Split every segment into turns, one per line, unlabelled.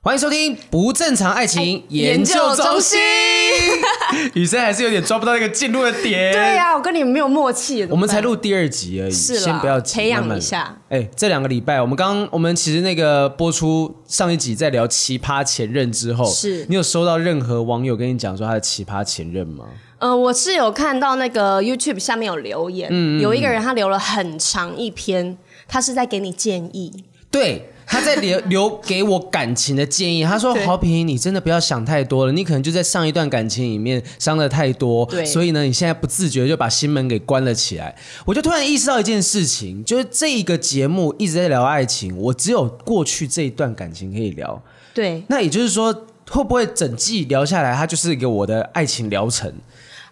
欢迎收听《不正常爱情研究中心》。 雨生还是有点抓不到那个进入的点。
对呀、我跟你没有默契，
哎我们才录第二集而已，
是啦
先不要急
培养
慢慢
一下。
哎、这两个礼拜，我们刚我们其实那个播出上一集在聊奇葩前任之后，
是
你有收到任何网友跟你讲说他的奇葩前任吗？
嗯、呃，我是有看到那个 YouTube 下面有留言，
嗯
有一个人他留了很长一篇，他是在给你建议，
对，他在留留给我感情的建议。他说：“
对
豪平，你真的不要想太多了，你可能就在上一段感情里面伤的太多，
对
所以呢，你现在不自觉就把心门给关了起来。”我就突然意识到一件事情，就是这一个节目一直在聊爱情，我只有过去这一段感情可以聊。
对
那也就是说，会不会整季聊下来，它就是一个我的爱情疗程？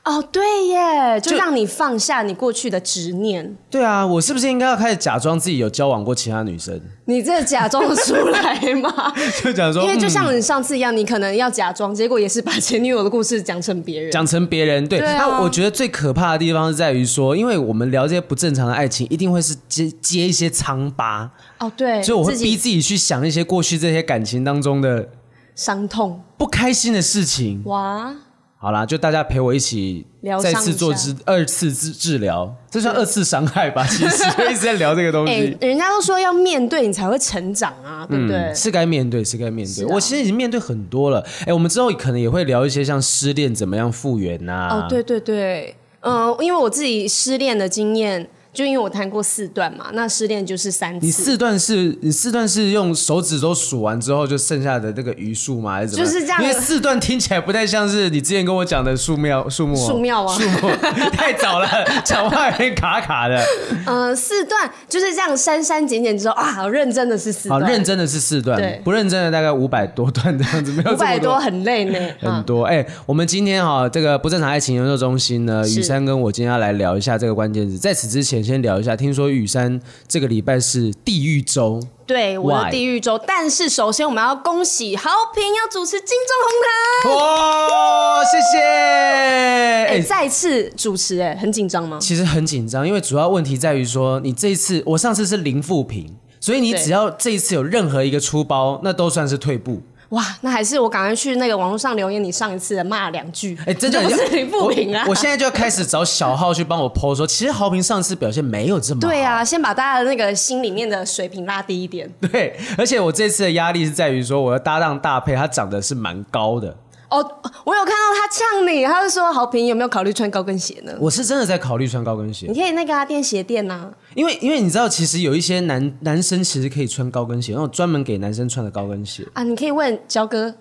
哦，对耶，就
就
让你放下你过去的执 念，
对啊，我是不是应该要开始假装自己有交往过其他女 生？
你这假装得出来吗？
就讲说，
因为就
嗯
像你上次一样，你可能要假装，结果也是把前女友的故事讲成别人。
讲成别人对。
对啊
那我觉得最可怕的地方是在于说，因为我们聊这些不正常的爱情，一定会是接接一些疮疤，
哦，对，
所以我会
自
逼
己
自己去想一些过去这些感情当中的
伤痛
不开心的事情。
哇，
好啦，就大家陪我一起
疗伤
再
一下
次做治二次治治疗，这算二次伤害 吧？其实一直在聊这个东
哎、
西。
人家都说要面对你才会成长啊，对不对？
嗯，是该面对，是该面对。
啊
我其实已经面对很多了。哎、我们之后可能也会聊一些像失恋怎么样复原啊呐、
哦，对对对，嗯、因为我自己失恋的经验，就因为我谈过四段嘛，那失恋就是三
你
次，
四段是，你四段是用手指头数完之后就剩下的那个余数吗？还是怎么样？
就是这样
因为四段听起来不太像是你之前跟我讲的树苗、树木、
树苗啊
树木哦 太早 了，讲话有点卡卡的。
呃，四段就是这样删删减减之后啊，好认真的是四
好，
段，
认真的是四段
对，
不认真的大概五百多段这样子，没有这
五
么
百多很累呢，
很
啊
多哎、我们今天哈、这个不正常爱情研究中心呢，
是
雨山跟我今天要来聊一下这个关键字。在此之前，先聊一下，听说雨山这个礼拜是地狱 周，
对我
Why？
的地狱周，但是首先我们要恭喜豪平要主持金钟红毯，
哇，谢谢！哦哎
哎、再次主持、哎，很紧张吗？
其实很紧张，因为主要问题在于说，你这一次，我上次是零负评，所以你
对
只要这一次有任何一个出包，那都算是退步。
哇，那还是我赶快去那个网络上留言，你上一次的骂两句，
哎、真的
你就不是零不平啊
我！我现在就要开始找小号去帮我 PO 说，其实豪平上次表现没有这么好
对啊，先把大家的那个心里面的水平拉低一点。
对，而且我这次的压力是在于说，我的搭档大配他长得是蛮高的，
哦，我有看到他呛你，他就说：“好平有没有考虑穿高跟鞋呢
我是真的在考虑穿高跟？”鞋
你，可以那个啊，垫鞋垫呐、
因为因为你知道，其实有一些男男生其实可以穿高跟鞋，那种专门给男生穿的高跟鞋。
啊，你可以问焦哥，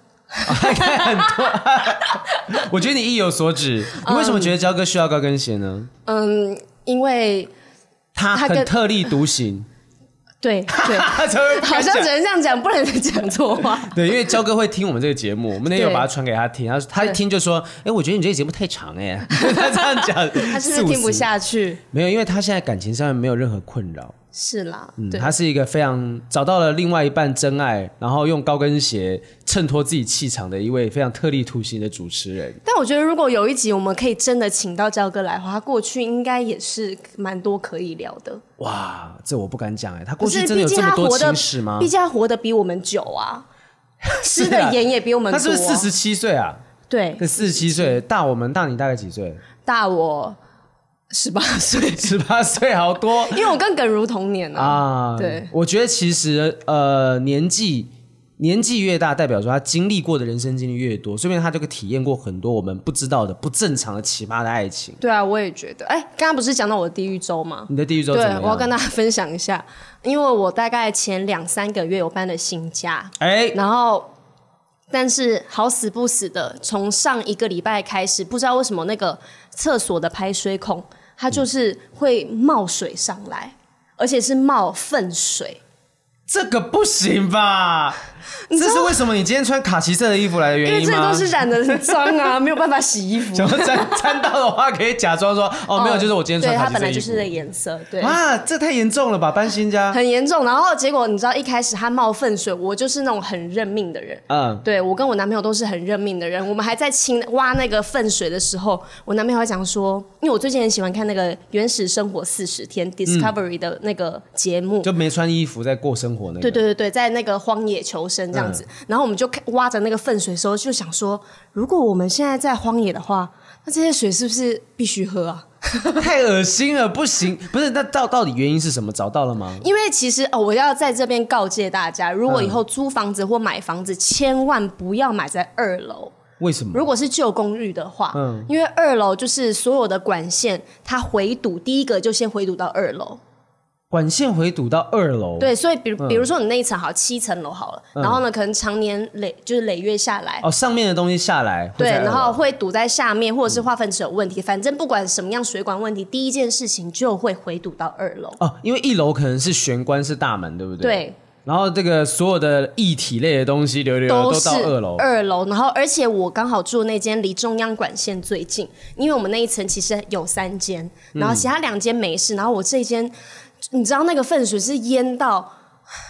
很多。 我觉得你意有所指。你为什么觉得焦哥需要高跟鞋呢？
嗯，因为
他
他跟
很特立独行，
对 对，
他才会不
好
敢
像
讲
只能这样讲，不能讲错话。
对，因为焦哥会听我们这个节目，我们那天有
对
把它传给他听，他他一听就说：“哎、我觉得你这个节目太长哎、 他这样讲，
他是
四
不是
五
听不
十？
下去？
没有，因为他现在感情上面没有任何困扰，
是啦，
嗯
对，
他是一个非常找到了另外一半真爱，然后用高跟鞋衬托自己气场的一位非常特立独行的主持人。
但我觉得，如果有一集我们可以真的请到焦哥来的话，他过去应该也是蛮多可以聊的。
哇，这我不敢讲哎、他
不
过去
是，
真的
毕
有
竟
这么
他
多
活
情
得
史吗？
毕竟他活得比我们久啊，吃
是啊
的盐也比我们多。哎
他是不是四十七岁啊？
对，
对，四十七岁，大我们大你大概几岁？
大我十八岁，
十八岁，好多
因为我跟耿如同年啊。
啊！
对，
我觉得其实呃，年纪年纪越大，代表说他经历过的人生经历越多，说明他这个体验过很多我们不知道的、不正常的、奇葩的爱情。
对啊，我也觉得。哎，刚刚不是讲到我的地狱周吗？
你的地狱周
对
怎么，样？
我要跟大家分享一下，因为我大概前两三个月我搬了新家，
哎，
然后，但是好死不死的，从上一个礼拜开始，不知道为什么那个厕所的排水孔，它就是会冒水上来，而且是冒粪水。
这个不行吧？
你知
这
道
是为什么你今天穿卡其色的衣服来的
因为
原因
这
吗
都？是染的脏啊，没有办法洗衣服。
想要沾沾到的话，可以假装说 哦，没有，就是我今天穿
对
卡
它
其色
本来
衣
就
服
是这个颜色，对。
啊，这太严重了吧？搬新家，
很严重，然后结果你知道，一开始它冒粪水，我就是那种很认命的人，
嗯，
对我跟我男朋友都是很认命的人，我们还在清挖那个粪水的时候，我男朋友还讲说，因为我最近很喜欢看那个《原始生活四十天》Discovery 的那个节目，
就没穿衣服在过生生活那个，
对对对对，在那个荒野求生这样子。然后我们就看挖着那个粪水的时候，就想说，如果我们现在在荒野的话，那这些水是不是必须喝啊？
太恶心了，不行，不是那到到底原因是什么？找到了吗？
因为其实哦，我要在这边告诫大家，如果以后租房子或买房子，千万不要买在二楼。
为什么？
如果是旧公寓的话，
嗯
因为二楼就是所有的管线，它回堵，第一个就先回堵到二楼。
管线回堵到二楼，，
对，所以比如比如说你那一层好七层楼好了，然后呢，可能常年累就是累月下来，
哦，上面的东西下来，会
对，
在二楼
然后会堵在下面，或者是化粪池有问题，反正不管什么样水管问题，第一件事情就会回堵到二楼。
哦，因为一楼可能是玄关是大门，对不对？。
对，
然后这个所有的液体类的东西流流流
都
都
是
到二楼，
二楼，然后而且我刚好住的那间离中央管线最近，因为我们那一层其实有三间，然后其他两间没事，然后我这一间，嗯你知道那个粪水是淹到，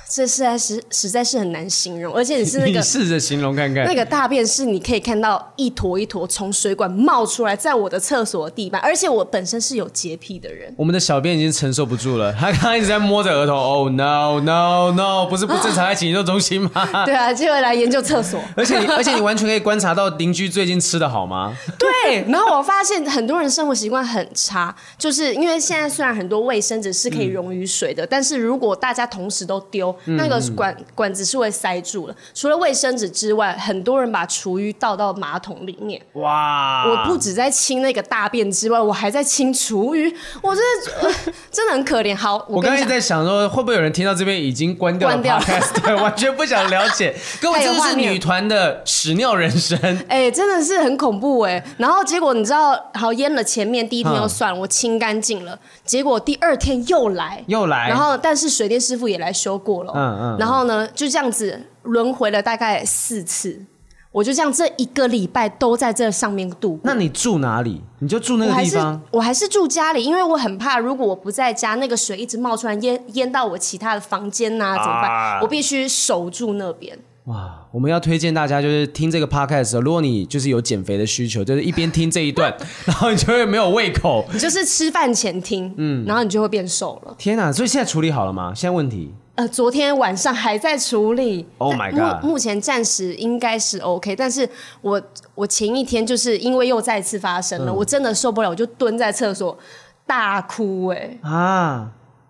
这实在是实在是很难形容，而且你是那
你
个。
试着形容看看。
那个大便是你可以看到一坨一坨从水管冒出来，在我的厕所地板，而且我本身是有洁癖的人，
我们的小编已经承受不住了，他刚刚一直在摸着额头。Oh no no no！不是不正常爱情研究中心吗？
对啊，结果来研究厕所，
而且你， 而且你完全可以观察到邻居最近吃的好吗？
对，然后我发现很多人生活习惯很差，就是因为现在虽然很多卫生纸是可以溶于水
嗯
的，但是如果大家同时都丢，那个管管子是会塞住了。除了卫生纸之外，很多人把厨余倒到马桶里面。
哇！
我不止在清那个大便之外，我还在清厨余，我真的、 呃真的很可怜。好，我
我
跟
刚才
你讲，
在想说，会不会有人听到这边已经关掉了
关掉了
podcast，对 完全不想了解。 各位，
太
这
有
就
画
是
面
女团的屎尿人生。
哎、真的是很恐怖哎、然后结果你知道，好淹了前面第一天
嗯
就算了，我清干净了，结果第二天又来，
又来，
然后，但是水电师傅也来修过了哦、
嗯嗯嗯
然后呢，就这样子轮回了大概四次，我就这样这一个礼拜都在这上面度过。
那你住哪里？你就住那
我
个
还
地
是
方。
我还是住家里，因为我很怕，如果我不在家，那个水一直冒出来淹淹到我其他的房间呐、怎么办？
啊
我必须守住那边。
哇，我们要推荐大家，就是听这个 podcast 的时候，如果你就是有减肥的需求，就是一边听这一 段，然后你就会没有胃口。
你就是吃饭前听，嗯，然后你就会变瘦了。
天哪！所以现在处理好了吗？现在问题
呃，昨天晚上还在处理。
Oh my
但
god
目目前暂时应该是 OK，但是我我前一天就是因为又再次发生
嗯
了，我真的受不了，我就蹲在厕所大哭哎、
啊？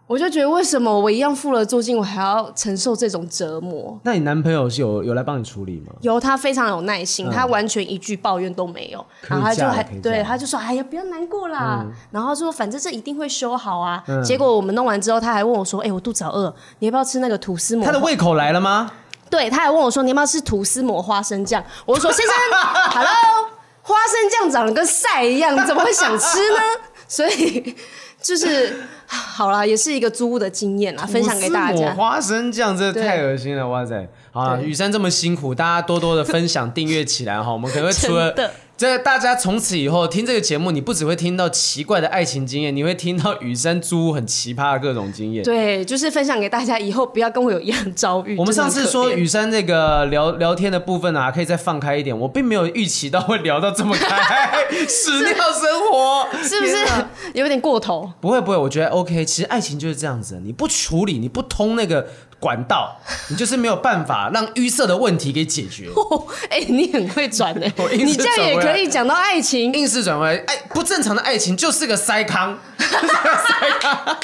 我就觉得为什么我一样付了租金，我还要承受这种折磨？
那你男朋友是有有来帮你处理吗？
有他非常有耐心，他完全一句抱怨都没有，
嗯可以
然后他就
嫁了
还
可以嫁
对
了嗯
他就说：“哎呀，不要难过啦。然后说：“反正这一定会修好啊。结果我们弄完之后，他还问我说：“哎、我肚子好饿，你要不要吃那个吐司魔
他
方
的胃口来了吗？
对，他还问我说：“你要不要吃吐司抹花生酱？”我说：“ 先生，Hello，花生酱长得跟晒一样，你怎么会想吃 呢？”所以就是好啦，也是一个租屋的经验啦，分享给大
吐司抹
家。
花生酱真的太恶心了，哇塞！好啊，
对
雨珊这么辛苦，大家多多的分享、订阅起来哈。我们可能会除了
真的
这，大家从此以后听这个节目，你不只会听到奇怪的爱情经验，你会听到雨珊租屋很奇葩的各种经验。
对，就是分享给大家，以后不要跟我有一样的 遭遇。
我们
真
上
的很
次
可
说
怜
雨珊这个聊聊天的部分啊，可以再放开一点。我并没有预期到会聊到这么开， 屎尿生活
是不是
天哪
有点过头？
不会不会，我觉得 OK。其实爱情就是这样子，你不处理，你不通那个管道， 你就是没有办法让淤塞的问题给解决。
哦哎、你很会转呢、
我硬是
你这样也
转回来
可以讲到爱情，
硬是转回来，爱不正常的爱情就是个塞康，就是个塞康。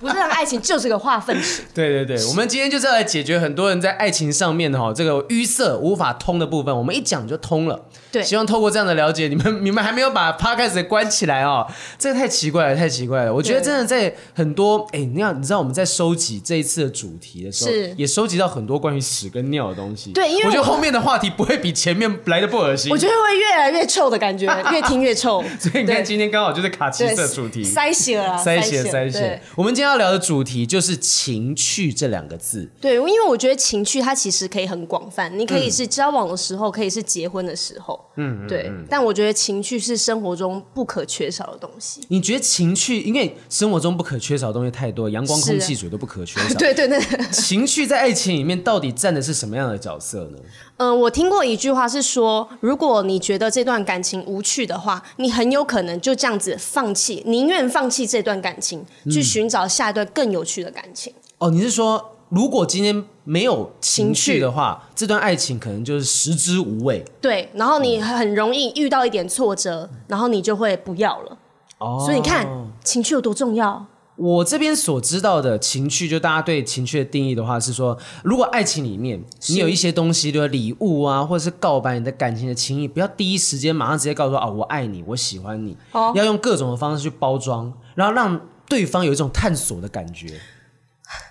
不是让爱情就是个化粪池。
对对对，我们今天就是要来解决很多人在爱情上面哈这个淤塞无法通的部分，我们一讲就通了。
对
希望透过这样的了解，你们你们还没有把 podcast 关起来 哦，这个太奇怪了，太奇怪了。我觉得
对
真的在很多哎，你看，你知道我们在收集这一次的主题的时候，
是
也收集到很多关于屎跟尿的东西。
对因为
我觉得
我
后面的话题不会比前面来的不恶心
我。觉得会越来越臭的感觉，越听越 臭。
所以你看，
对
今天刚好就是卡其色主题，
塞血了啦，
塞血塞
对
血。我们今天要聊的主题就是情趣这两个字。
对，因为我觉得情趣它其实可以很广泛，你可以是交往的时候，可以是结婚的时候，嗯，对。但我觉得情趣是生活中不可缺少的东西。
你觉得情趣，因为生活中不可缺少的东西太多，阳光、
是
空气、水都不可缺 少。
对对对，
情趣在爱情里面到底占的是什么样的角色呢？
嗯，我听过一句话是说，如果你觉得这段感情无趣的话，你很有可能就这样子放嗯弃，宁愿放弃这段感情，去寻找下一段更有趣的感情。
哦，你是说如果今天没有情
情
趣
趣
的话，这段爱情可能就是食之无味
对，然后你很容易遇到一点挫折，然后你就会不要了。
哦。
所以你看，情绪有多重要？
我这边所知道的情趣，就大家对情趣的定义的话，是说，如果爱情里面你有一些东西，就是礼物啊，或者是告白你的感情的情谊，不要第一时间马上直接告诉说啊，我爱你，我喜欢你，
哦
要用各种的方式去包装，然后让对方有一种探索的感觉。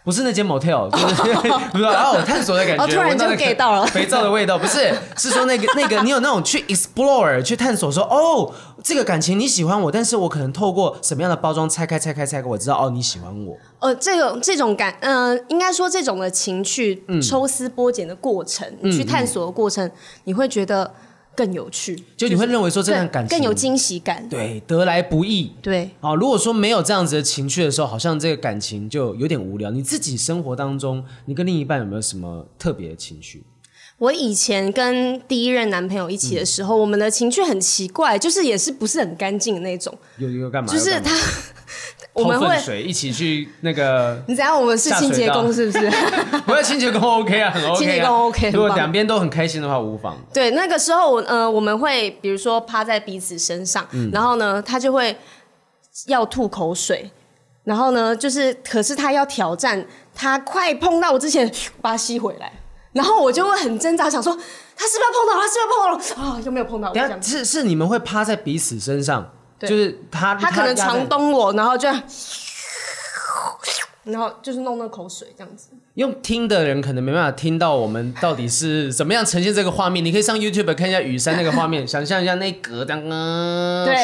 不是那间 motel，就是 不是啊，我探索的感觉，
哦突然
闻到
就
那个
get 到了
肥皂的味道，不是，是说那个 那个，你有那种去 explore 去探索说，哦，这个感情你喜欢我，但是我可能透过什么样的包装拆开拆开拆开，我知道哦你喜欢我，
呃，这种这种感，嗯、应该说这种的情绪
嗯
抽丝剥茧的过程，你去探索的过程，你会觉得更有趣，
就你会认为说这段
更
感情
更有惊喜感。
对得来不易。
对
好、如果说没有这样子的情绪的时候，好像这个感情就有点无聊。你自己生活当中，你跟另一半有没有什么特别的情绪？
我以前跟第一任男朋友一
嗯
起的时候，我们的情绪很奇怪，就是也是不是很干净的那种，
有有干嘛？
就
有
是
干嘛
他 我们
掏
会
粪。水一起去那个
你知道我们是
下水
清洁
道
工是不是？
不要清洁工 OK 啊，很 OK 啊。
清洁工 OK，
如果
很棒
两边都很开心的话，无妨。
对，那个时候我呃，我们会比如说趴在彼此身上，
嗯
然后呢，他就会要吐口水，然后呢，就是可是他要挑战，他快碰到我之前把他吸回来，然后我就会很挣扎，想说他是不是要碰到我，他是不是要碰到我啊、又没有碰到我，这
等
样
下
子。
是是你们会趴在彼此身上，
对
就是他
他可能
压在
长东我，然后就这样， 然后就是弄那口水这样子。
用听的人可能没办法听到我们到底是怎么样呈现这个画面。你可以上 YouTube 看一下雨山那个画面，想象一下那一格这样，嗯
对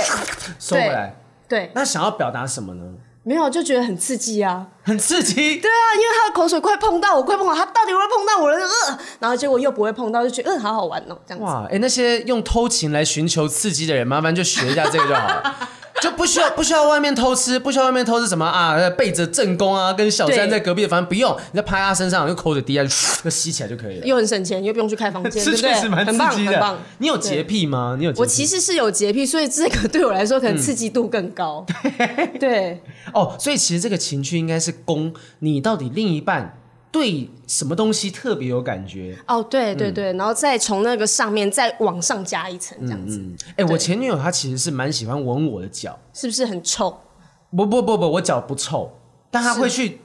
收回来。
对，
那想要表达什么呢？
没有就觉得很刺激啊。
很刺激，
对啊，因为他的口水快碰到我，快碰到我他到底会不会碰到我了？呃，然后结果又不会碰到，就觉得嗯、呃，好好玩哦，这样子。
哇！哎、那些用偷情来寻求刺激的人，麻烦就学一下这个就好了。 就不需要不需要外面偷吃，不需要外面偷吃什么啊？背着正宫啊，跟小三
对
在隔壁，反正不用，你在拍他身上，用口水滴下去，就啊吸起来就可以 了。
又很省钱，又不用去开房 间，对
这
不对
确实？蛮
很
刺
棒，
激
很
的
棒。。
你有洁癖吗？你有洁癖？
我其实是有洁癖，所以这个对我来说可能刺激度 更高。对，
哦，所以其实这个情趣应该是攻你到底另一半对什么东西特别有感觉。
哦，对对
嗯
对，然后再从那个上面再往上加一层，这样子
嗯，哎、我前女友她其实是蛮喜欢闻我的脚，
是不是很臭？
不不不不，我脚不臭，但她会去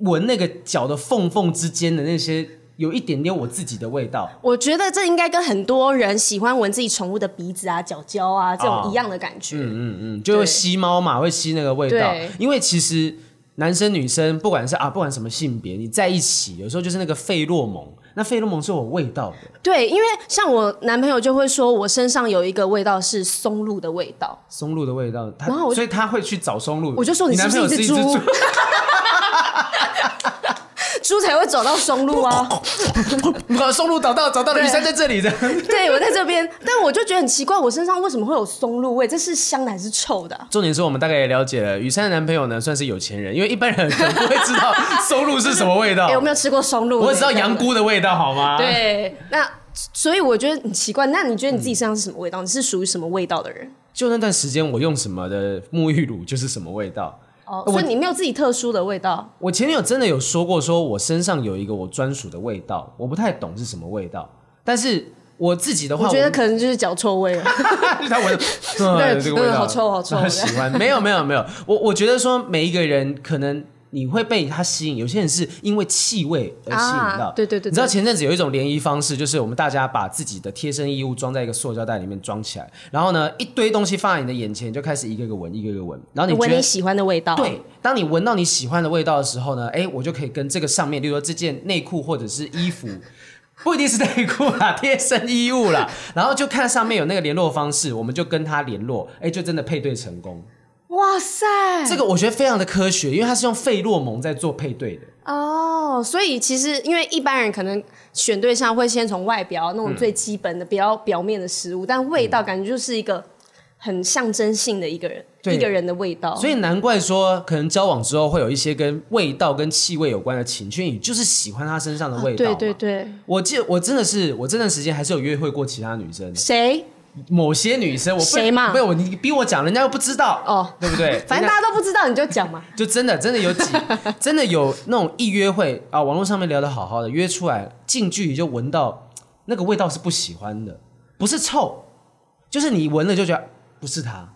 闻那个脚的缝缝之间的那些有一点点我自己的味道。
我觉得这应该跟很多人喜欢闻自己宠物的鼻子啊、脚胶啊这
哦
种一样的感觉。
嗯嗯，就会
对
吸猫嘛，会吸那个味道
对。
因为其实男生女生不管是啊，不管什么性别，你在一起有时候就是那个费洛蒙，那费洛蒙是有味道的。
对，因为像我男朋友就会说，我身上有一个味道是松露的味道，
松露的味道，他
然后我就
所以他会去找松露。
我就说
你
你是不
男朋友
是
是
一
一
只
只
猪 猪才会走到松露啊。
把松露找到，找到了，
对
雨山在这 里的。
对，我在这边，但我就觉得很奇怪，我身上为什么会有松露味？这是香的还是臭的啊、
重点是我们大概也了解了，雨山的男朋友呢算是有钱人，因为一般人可能不会知道松露是什么味道
哎、。我没有吃过松露呢，
哦我只知道啊羊
这样
菇的味道，好吗？
子。。对，那所以我觉得很奇怪。那你觉得你自己身上是什么味道？你是属于什么味道的人？
就那段时间，我用什么的沐浴乳就是什么味道。
哦，
我
所以你没有自己特殊的味道。
我前女友真的有说过，说我身上有一个我专属的味道，我不太懂是什么味道，但是我自己的话，
我觉得可能就是脚臭 味了。
他闻，
对
这个味道
嗯好臭好臭
他 喜欢。没有没有没有，我我觉得说每一个人可能你会被他吸引，有些人是因为气味而吸引到。
啊对对对对
你知道前阵子有一种联谊方式，就是我们大家把自己的贴身衣物装在一个塑胶袋里面装起来，然后呢一堆东西放在你的眼前，你就开始一个一个闻，一个一个闻，然后你
闻
觉得
你喜欢的味道。
对，当你闻到你喜欢的味道的时候呢，哎，我就可以跟这个上面，例如说这件内裤或者是衣服，不一定是内裤啦， 贴身衣物啦，然后就看上面有那个联络方式，我们就跟他联络，哎，就真的配对成功。
哇塞，
这个我觉得非常的科学，因为它是用费洛蒙在做配对的。
哦，所以其实因为一般人可能选对象会先从外表那
嗯
种最基本的、比较表面的食物，但味道感觉就是一个很象征性的一个人
对
一个人的味道。
所以难怪说，可能交往之后会有一些跟味道、跟气味有关的情趣，你就是喜欢他身上的味道、
啊对对。对，
我记得我真的是，我这段时间还是有约会过其他女生，
谁？
某些女生，我不
谁嘛
没有，你逼我讲，人家又不知道
哦
对不 对？
反
人
正
家
大家都不知道，你就讲嘛。
就真的真的有 几，真的有那种一约会啊，网络上面聊得好好的，约出来近距离就闻到那个味道是不喜欢的，不是臭，就是你闻了就觉得啊不是他，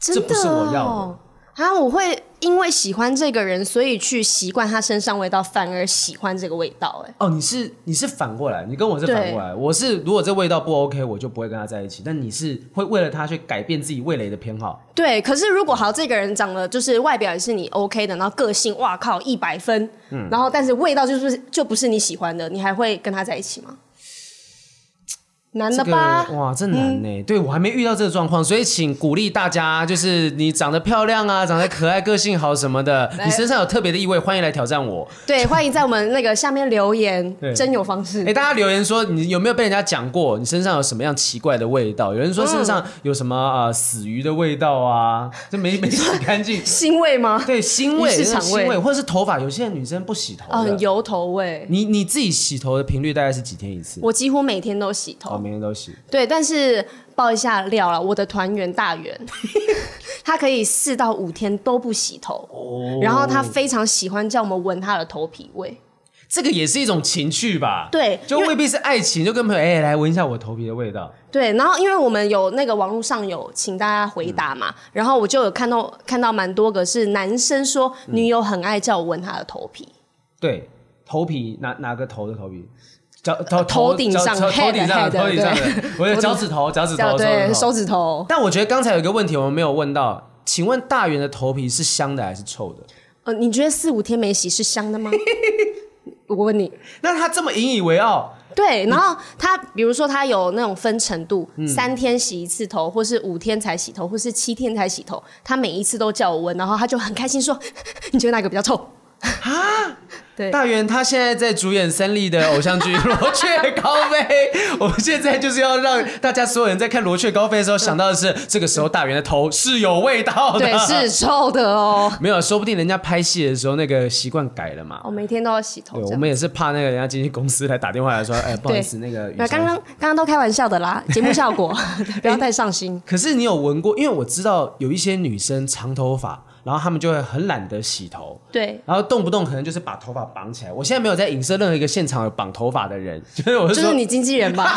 真的、哦，
这不是我要的
啊！我会因为喜欢这个人，所以去习惯他身上味道，反而喜欢这个味道、哎，
哦，你是你是反过来，你跟我是反过来，我是如果这味道不 OK，我就不会跟他在一起。但你是会为了他去改变自己味蕾的偏好，
对。可是如果好，这个人长得就是外表也是你 OK 的，然后个性哇靠一百分，
嗯
然后但是味道就是就不是你喜欢的，你还会跟他在一起吗？难
这
的嗯
个
吧？
哇，这难呢、对我还没遇到这个状况，所以请鼓励大家，就是你长得漂亮啊，长得可爱，个性好什么的，你身上有特别的异味，欢迎来挑战我。
对，欢迎在我们那个下面留言
对，
真有方式。。
哎，大家留言说你有没有被人家讲过你身上有什么样奇怪的味道？有人说身上有什么啊、呃死鱼的味道啊，这没没洗干净
腥味吗？
对，腥味、
鱼市场
腥味，
味
或者是头发，有些女生不洗头的。
嗯，油头味。
你你自己洗头的频率大概是几天一次？
我几乎每天都洗头，
哦，每天都洗。
对，但是爆一下料了，我的团员 大圆，他可以四到五天都不洗头，
哦
然后他非常喜欢叫我们闻他的头皮味。
这个也是一种情趣吧？
对
就
因为
未必是爱情，就跟朋友哎、来闻一下我头皮的味道。
对，然后因为我们有那个网络上有请大家回答嘛，然后我就有看到看到蛮多个是男生说
嗯
女友很爱叫我闻他的头皮，
对，头皮哪哪个头的头皮？脚头
头顶
脚
上
头头
head
顶上
head
头顶上的， 我的
头顶
脚趾头脚趾头手指
对
头
手指头，
但我觉得刚才有一个问题我们没有问到，请问大圆的头皮是香的还是臭的？
呃，你觉得四五天没洗是 香的吗？我问你，
那他这么引以为傲，
对，然
嗯
后它比如说它有那种分程度，三天洗一次头，或是五天才洗头，或是七天才洗头，他每一次都叫我闻，然后他就很开心说：“ 你觉得哪个比 较臭对
大圆他现在在主演三立的偶像剧《罗雀高飞》， 我们现在就是要让大家所有人在看《罗雀高飞》的时候想到的是，这个时候大圆的头是有味道？”的，
对，是臭的哦。
没有，说不定人家拍戏的时候那个习惯改了嘛。
我每天都要洗头
对，
哦这
我
样。
们也是怕那个人家经纪公司来打电话来说，哎，不好意思，那个雨
那
辰
刚刚刚刚都开玩笑的 啦，节目效果不要太上心。
可是你有闻过？因为我知道有一些女生长头发，然后她们就会很懒得洗头，
对，
然后动不动可能就是把头发绑起来。我现在没有在影射任何一个现场有绑头发的人， 就是我
就是
说
是，你经纪人 吧？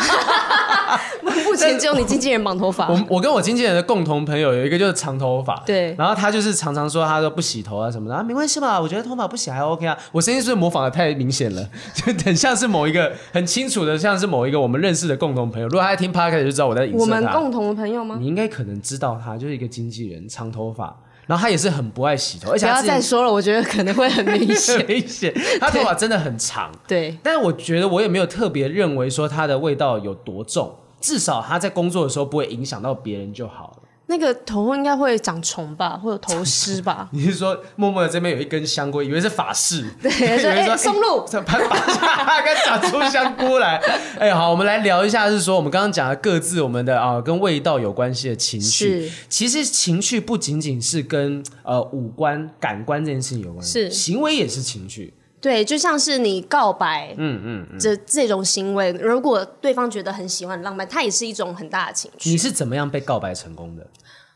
目前只有你经纪人绑头发。
我我跟我经纪人的共同朋友有一个就是长头发，
对
然后他就是常常说他说不洗头啊什么的啊，没关系吧，我觉得头发不洗还 OK 啊。我声音是不是模仿的太明显了？ 就很像是某一个很清楚的，像是某一个我们认识的共同朋友。如果他在听 p o d c a s 就知道我在影射他。
我们共同的朋友吗？
你应该可能知道他就是一个经纪人，长头发，然后他也是很不爱洗头，而
不
且他
要
自己
再说了，我觉得可能会很明 显。
很危 险，他头发真的很长。
对，
但是我觉得我也没有特别认为说它的味道有多重，至少他在工作的时候不会影响到别人就好了。
那个头应该会长虫吧，会有头虱吧？
你是说默默的这边有一根香菇，以为是法式，
对
以为
说哎松露
怎么把把刚长出香菇来？哎、好，我们来聊一下，是说我们刚刚讲的各自我们的啊、跟味道有关系的情绪
是。
其实情绪不仅仅是跟呃五官、感官这件事情有关系，
是
行为也是情绪。
对，就像是你告白，
嗯嗯，
这这种行为，如果对方觉得很喜欢、很浪漫，它也是一种很大的情绪。
你是怎么样被告白成功的？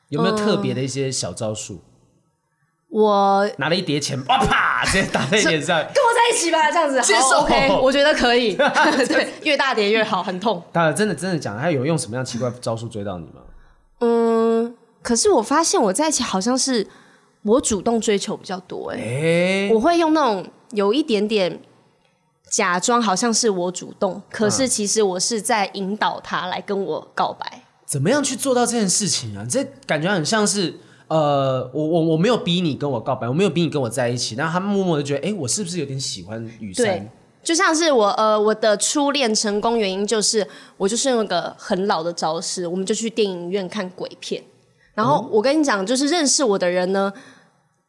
有没有特别的一些小招数？
我
拿了一叠钱，哇啪，直接打在脸上。
跟我在一起吧，这样子
接受
好 OK，我觉得 可以。对，越大点越好，很痛。
当然，真的真的讲，他有用什么样奇怪的招数追到你吗？
嗯，可是我发现我在一起好像是我主动追求比较多、欸，
哎、
我会用那种有一点点假装好像是我主动，可是其实我是在引导他来跟我告白。
怎么样去做到这件事情啊？这感觉很像是，呃，我我我没有逼你跟我告白，我没有逼你跟我在一起，然后他默默的觉得，哎、我是不是有点喜欢雨
对
山？，
就像是我呃，我的初恋成功原因就是我就是用一个很老的招式，我们就去电影院看鬼片。然后我跟你讲，就是认识我的人呢，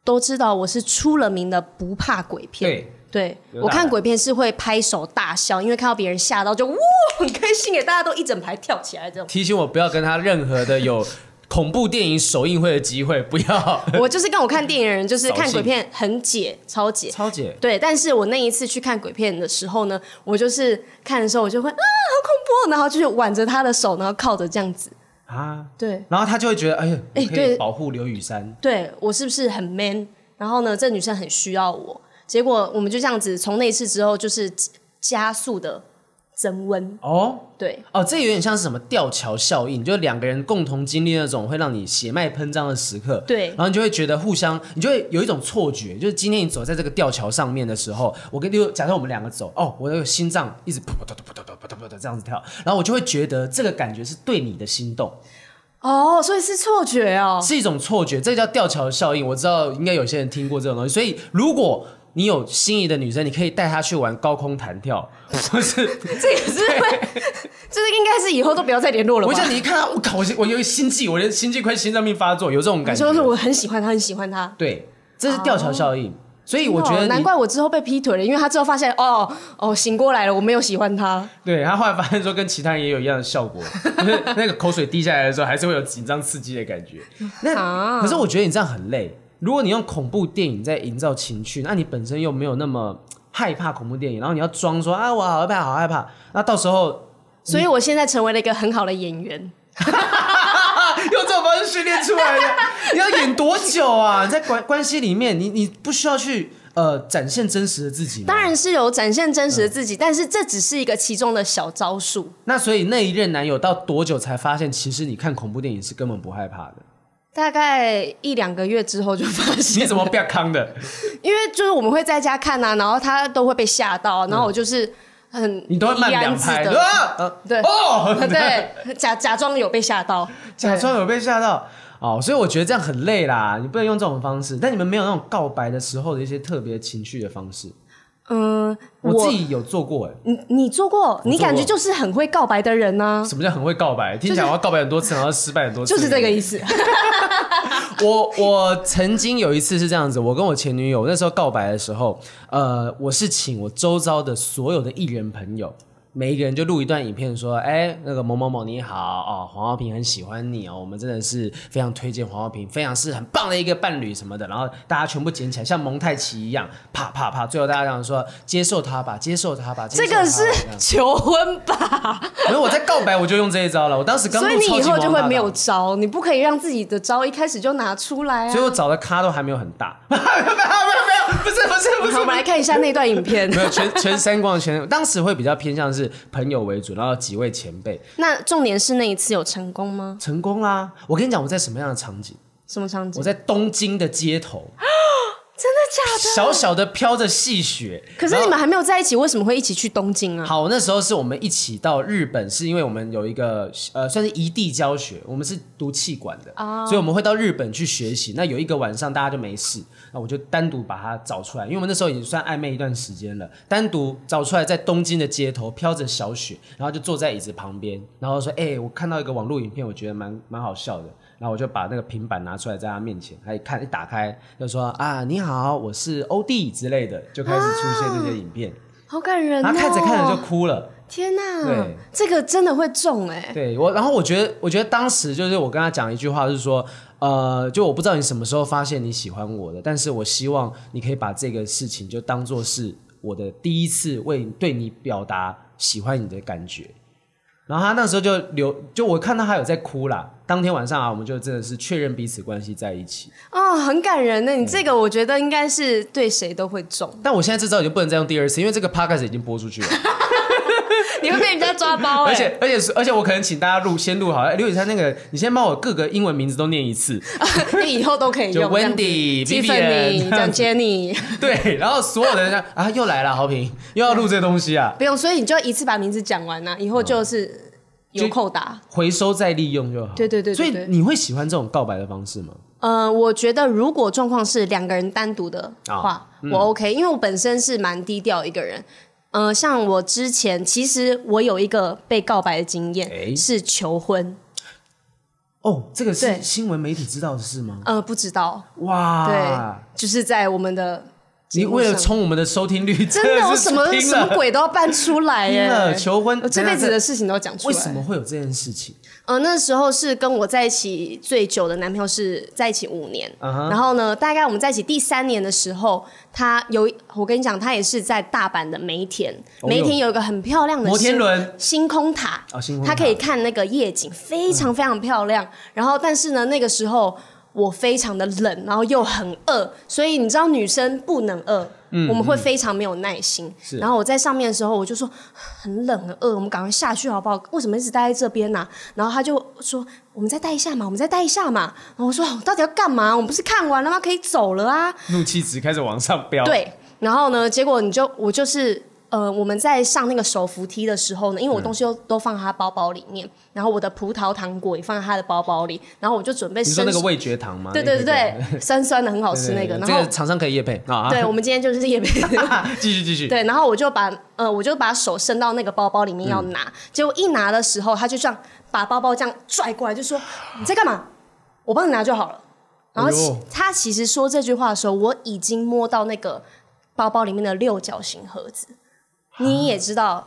都知道我是出了名的不怕鬼片。
对，
对，
有
我
大
看
胆
鬼片是会拍手大笑，因为看到别人吓到就 哇很开心耶，大家都一整排跳起来这 种。
提醒我不要跟他任何的有恐怖电影首映会的机会，不要。
我就是跟我看电影的人，就是
扫
看
兴
鬼片很解，超解。
超姐，
对，但是我那一次去看鬼片的时候呢，我就是看的时候，我就会啊，好恐怖哦，然后就是挽着他的手，然后靠着这样子，
啊，
对
然后他就会觉得，哎呀，我
哎
可以
对
保护刘雨珊，
对我是不是很 man？然后呢，这女生很需要我。结果我们就这样子，从那一次之后就是加速的增温，
哦，
对
哦，这有点像是什么吊桥效应，就是两个人共同经历那种会让你血脉喷张的时刻。
对
然后你就会觉得互相，你就会有一种错觉，就是今天你走在这个吊桥上面的时候，我跟就假设我们两个走，哦，我的心脏一直噗噗噗噗噗噗噗噗噗这样子跳，然后我就会觉得这个感觉是对你的心动，
哦，所以是错觉哦。
是一种错觉，这叫吊桥效应。我知道应该有些人听过这种东西，所以如果你有心仪的女生，你可以带她去玩高空弹跳，或是
这个是会，就是应该是以后都不要再联络了吧
我？叫你一看到，我靠，我我有心悸，我连心悸快心脏病发作，有这种感
你
觉。
说是我很喜欢他，很喜欢他。
对，这是吊桥效应。所以我觉
哦
得
难
你
怪我之后被劈腿了，因为他之后发现哦哦醒过来了，我没有喜欢他。
对他后来发现说跟其他人也有一样的效 果，就是那个口水滴下来的时候还是会有紧张刺激的感觉。那
啊
可是我觉得你这样很累。如果你用恐怖电影在营造情绪，那你本身又没有那么害怕恐怖电影，然后你要装说啊我好害怕，好害怕，那到时候
所以我现在成为了一个很好的演
嗯
员。
用这种方式训练出来的， 你要演多久啊？你在关关系里面，你你不需要去呃展现真实的自己吗？
当然是有展现真
嗯
实的自己，但是这只是一个其中的小招数。
那所以那一任男友到多久才发现，其实你看恐怖电影是根本不害怕的？
大概一两个月之后就发现，
你怎么不要康 的？
因为就是我们会在家看啊，然后他都会被吓到，然后我就是很
嗯你都会慢
怡然
两
自
拍
得
啊？呃
对
哦，
对，假假装有被吓到，
假装有被吓到哦，所以我觉得这样很累啦，你不能用这种方式。但你们没有那种告白的时候的一些特别情绪的方式，
嗯，
我
我
自己有做过哎、
你你做过，你感觉就是很会告白的人呢、
什么叫很会告白？听起来我要告白很多次，然后失败很多次，
就是这个 意思。
我我曾经有一次是这样子，我跟我前女友那时候告白的时候，呃，我是请我周遭的所有的艺人朋友，每一个人就录一段影片，说，哎、那个某某某你好哦，黄浩平很喜欢你哦，我们真的是非常推荐黄浩平，非常是很棒的一个伴侣什么的，然后大家全部捡起来，像蒙太奇一样，啪啪啪，最后大家这样说，接受他吧，接受他吧，接
这
受他吧
个是
这样
求婚吧？
没有我在告白，我就用这一招了，我当时刚录
所以你
超
以
级
后就
王
会
大
没有
大。
招，你不可以让自己的招一开始就拿出来啊
所以。我找的咖都还没有很大， 没有没有没有，不是不是不是
好，我们来看一下那段影片。
没有全全三光全，当时会比较偏向是朋友为主，然后几位前辈
那重点是那一次有成功吗？
成功啦。我跟你讲，我在什么样的场景？
什么场景
我？在东京的街头，
啊真的假的？
小小的飘着细雪。
啊可是你们还没有在一起，为什么会一起去东京啊？
好，那时候是我们一起到日本，是因为我们有一个呃，算是异地教学，我们是读气管的所以我们会到日本去学习。那有一个晚上大家就没事，那我就单独把他找出来，因为我们那时候已经算暧昧一段时间了，单独找出来在东京的街头飘着小雪，然后就坐在椅子旁边，然后说：“哎、我看到一个网络影片，我觉得蛮蛮好笑的。”然后我就把那个平板拿出来在他面前，他一看一打开就说：“啊，你好，我是欧弟之类的，就开始出现这些影片，
好感人哦！
然后看着看着就哭了。
天哪
对，
这个真的会中哎、
对我，然后我觉得，我觉得当时就是我跟他讲一句话，就是说，呃，就我不知道你什么时候发现你喜欢我的，但是我希望你可以把这个事情就当做是我的第一次为对你表达喜欢你的感觉。然后他那时候就流，就我看到他有在哭啦。当天晚上啊，我们就真的是确认彼此关系在一起。
哦，很感人呢。
嗯
你这个我觉得应该是对谁都会 中，
但我现在这招已经不能再用第二次，因为这个 podcast 已经播出去了。
你会被人家抓包哎、
而且而且是而且我可能请大家录先录好了。哎刘雨珊那个，你先帮我各个英文名字都念一次。
你以后都可以
就
用。
Wendy
这样
Vivian，
子
这
Tiffany，这
样
样
子
Jenny，
对，然后所有的人就啊，又来了，好评，又要录这东西啊，
不用，所以你就一次把名字讲完呐、以后
哦
就是有扣打。
回收再利用就好。
对对对对
所
对
以你会喜欢这种告白的方式吗？
呃，我觉得如果状况是两个人单独的话，
啊
我 OK，因为我本身是蛮低调一个人。呃，像我之前，其实我有一个被告白的经验，
诶
是求婚。
哦，这个是
对
新闻媒体知道的事吗？
呃，不知道，
哇，
对，就是在我们的
啊
节
你
目
为
上。
了冲我们的收听率，
真的，
是
我什么
拼
什么
了？
鬼都要搬出来耶！
拼了求婚
我这辈子的事情都讲出
为
来。
什么会有这件事情？
呃，那时候是跟我在一起最久的男朋友是在一起五年
嗯哼
然后呢，大概我们在一起第三年的时候，他有一我跟你讲，他也是在大阪的梅田，
哦
梅
哟
田有一个很漂亮的
摩天
星
轮
星空塔，
哦星空
它
塔
可以看那个夜景，非常非常漂亮。然后，但是呢，那个时候我非常的冷，然后又很饿，所以你知道女生不能饿。
嗯
我们会非常没有耐心，然后我在上面的时候，我就说很冷很饿，我们赶快下去好不好？为什么一直待在这边呢、然后他就说我们再待一下嘛，我们再待一下嘛。然后我说哦到底要干嘛？我们不是看完了吗？可以走了啊。
怒气值开始往上飙。，
对，然后呢，结果你就我就是呃，我们在上那个手扶梯的时候呢，因
嗯
为我东西都都放他包包里面，然后我的葡萄糖果也放在他的包包里，然后我就准备
你说
伸
那个
手，
味觉糖吗？
对对对
那个
对，酸酸的很好吃那个，然
这
后
个厂商可以夜配啊。
对，我们今天就是也没。
继续继续。
对，然后我就把呃，我就把手伸到那个包包里面要拿，
嗯
结果一拿的时候，他就这样把包包这样拽过来，就说你在干嘛？我帮你拿就好了。然后
哎呦
其、他其实说这句话的时候，我已经摸到那个包包里面的六角形盒子。你也知道，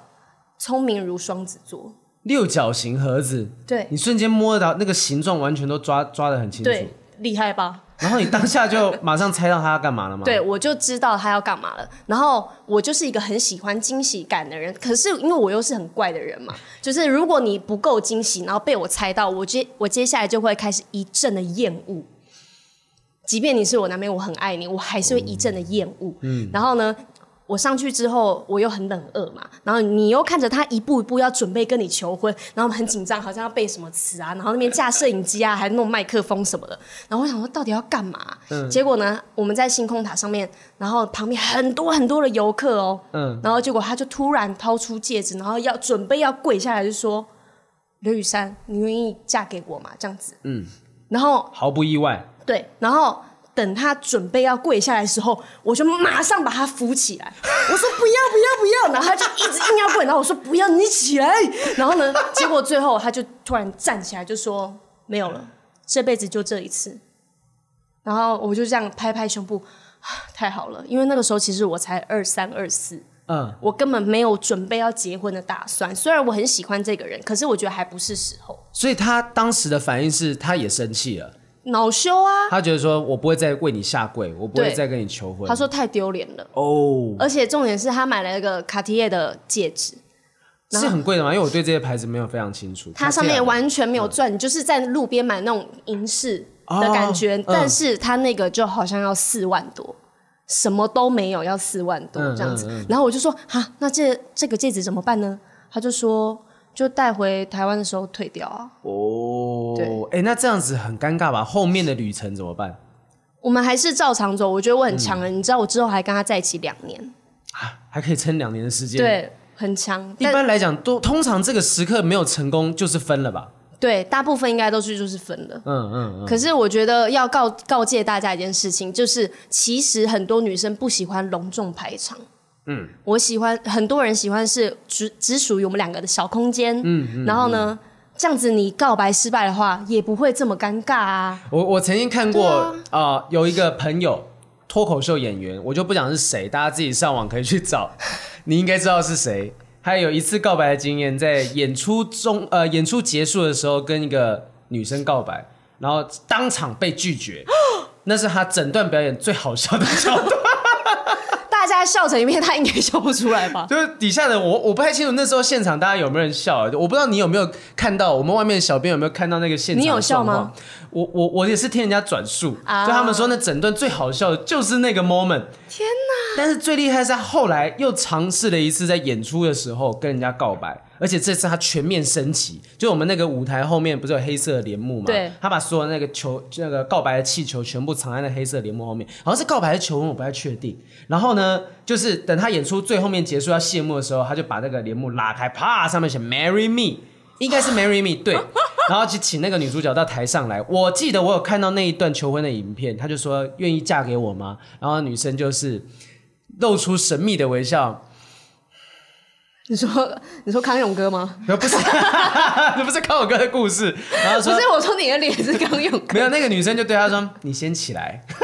聪明如双子座，
六角形盒子，
对
你瞬间摸得到那个形状，完全都抓抓的很清楚。
对，厉害吧？
然后你当下就马上猜到他要干嘛了吗？
对，我就知道他要干嘛了。然后我就是一个很喜欢惊喜感的人，可是因为我又是很怪的人嘛，就是如果你不够惊喜，然后被我猜到，我接我接下来就会开始一阵的厌恶。即便你是我男朋友，我很爱你，我还是会一阵的厌恶。嗯，然后呢，我上去之后，我又很冷饿嘛，然后你又看着他一步一步要准备跟你求婚，然后我们很紧张，好像要背什么词啊，然后那边架摄影机啊，还弄麦克风什么的，然后我想说到底要干嘛？结果呢，我们在星空塔上面，然后旁边很多很多的游客哦，
嗯，
然后结果他就突然掏出戒指，然后要准备要跪下来，就说：“刘雨珊，你愿意嫁给我吗？”这样子，嗯，然后
毫不意外。
对，然后等他准备要跪下来的时候，我就马上把他扶起来，我说不要不要不要，然后他就一直硬要跪，然后我说不要你起来，然后呢， 结果最后他就突然站起来就说没有了，这辈子就这一次，然后我就这样拍拍胸部。 啊太好了，因为那个时候其实我才二三二四，
嗯，
我根本没有准备要结婚的打算。虽然我很喜欢这个人，可是我觉得还不是时候，
所以他当时的反应是，他也生气了，
恼羞啊！
他觉得说我不会再为你下跪，我不会
对
再跟你求婚。
他说太丢脸了。
哦，
而且重点是他买了一个卡地亚的戒指，然
是
后
很贵的吗？因为我对这些牌子没有非常清楚。
它上面完全没有钻，你就是在路边买那种银饰的感
哦
觉，
嗯
但是它那个就好像要四万多。什么都没有，要四万多
嗯
这样子。
嗯
然后我就说，哈，那这这个戒指怎么办呢？他就说，就带回台湾的时候退掉啊。
哦
对，
哎、那这样子很尴尬吧？后面的旅程怎么办？
我们还是照常走，我觉得我很强啊
嗯
人，你知道，我之后还跟他在一起两年，
啊，还可以撑两年的时间。，
对，很强。
一
但
般来讲，都通常这个时刻没有成功就是分了吧？
对，大部分应该都是就是分了。
嗯嗯嗯，
可是我觉得要告告诫大家一件事情，就是其实很多女生不喜欢隆重排场。嗯，我喜欢很多人喜欢是只只属于我们两个的小空间。嗯，然后呢，这样子你告白失败的话，也不会这么尴尬啊。
我我曾经看过啊、呃有一个朋友脱口秀演员，我就不讲是谁，大家自己上网可以去找， 你应该知道是谁。他有一次告白的经验，在演出中呃演出结束的时候跟一个女生告白，然后当场被拒绝，那是他整段表演最好笑的桥段。
大家笑成一片，他应该笑不出来吧？
就是底下的人我我不太清楚那时候现场大家有没有人笑，我不知道你有没有看到，我们外面的小编有没有看到那个现场？
你有笑吗？
我我我也是听人家转述，
啊
就他们说那整段最好笑的就是那个 moment。天 哪！但是最厉害是他后来又尝试了一次在演出的时候跟人家告白。而且这次他全面升级，就我们那个舞台后面不是有黑色的帘幕嘛？
对
他把所有那个球、那个告白的气球全部藏在那黑色帘幕后面，好像是告白的球，我不太确定。然后呢，就是等他演出最后面结束要谢幕的时候，他就把那个帘幕拉开，啪，上面写 “Marry Me”，应 该是 “Marry Me” 对。然后就请那个女主角到台上来。我记得我有看到那一段求婚的影片，他就说愿意嫁给我吗？然后女生就是露出神秘的微笑，
你说你说康永哥 吗？
呃不是， 这不是康永哥的故事。然后
不
说
是，我说你的脸是康永哥。
没有，那个女生就对他说：“你先起来。”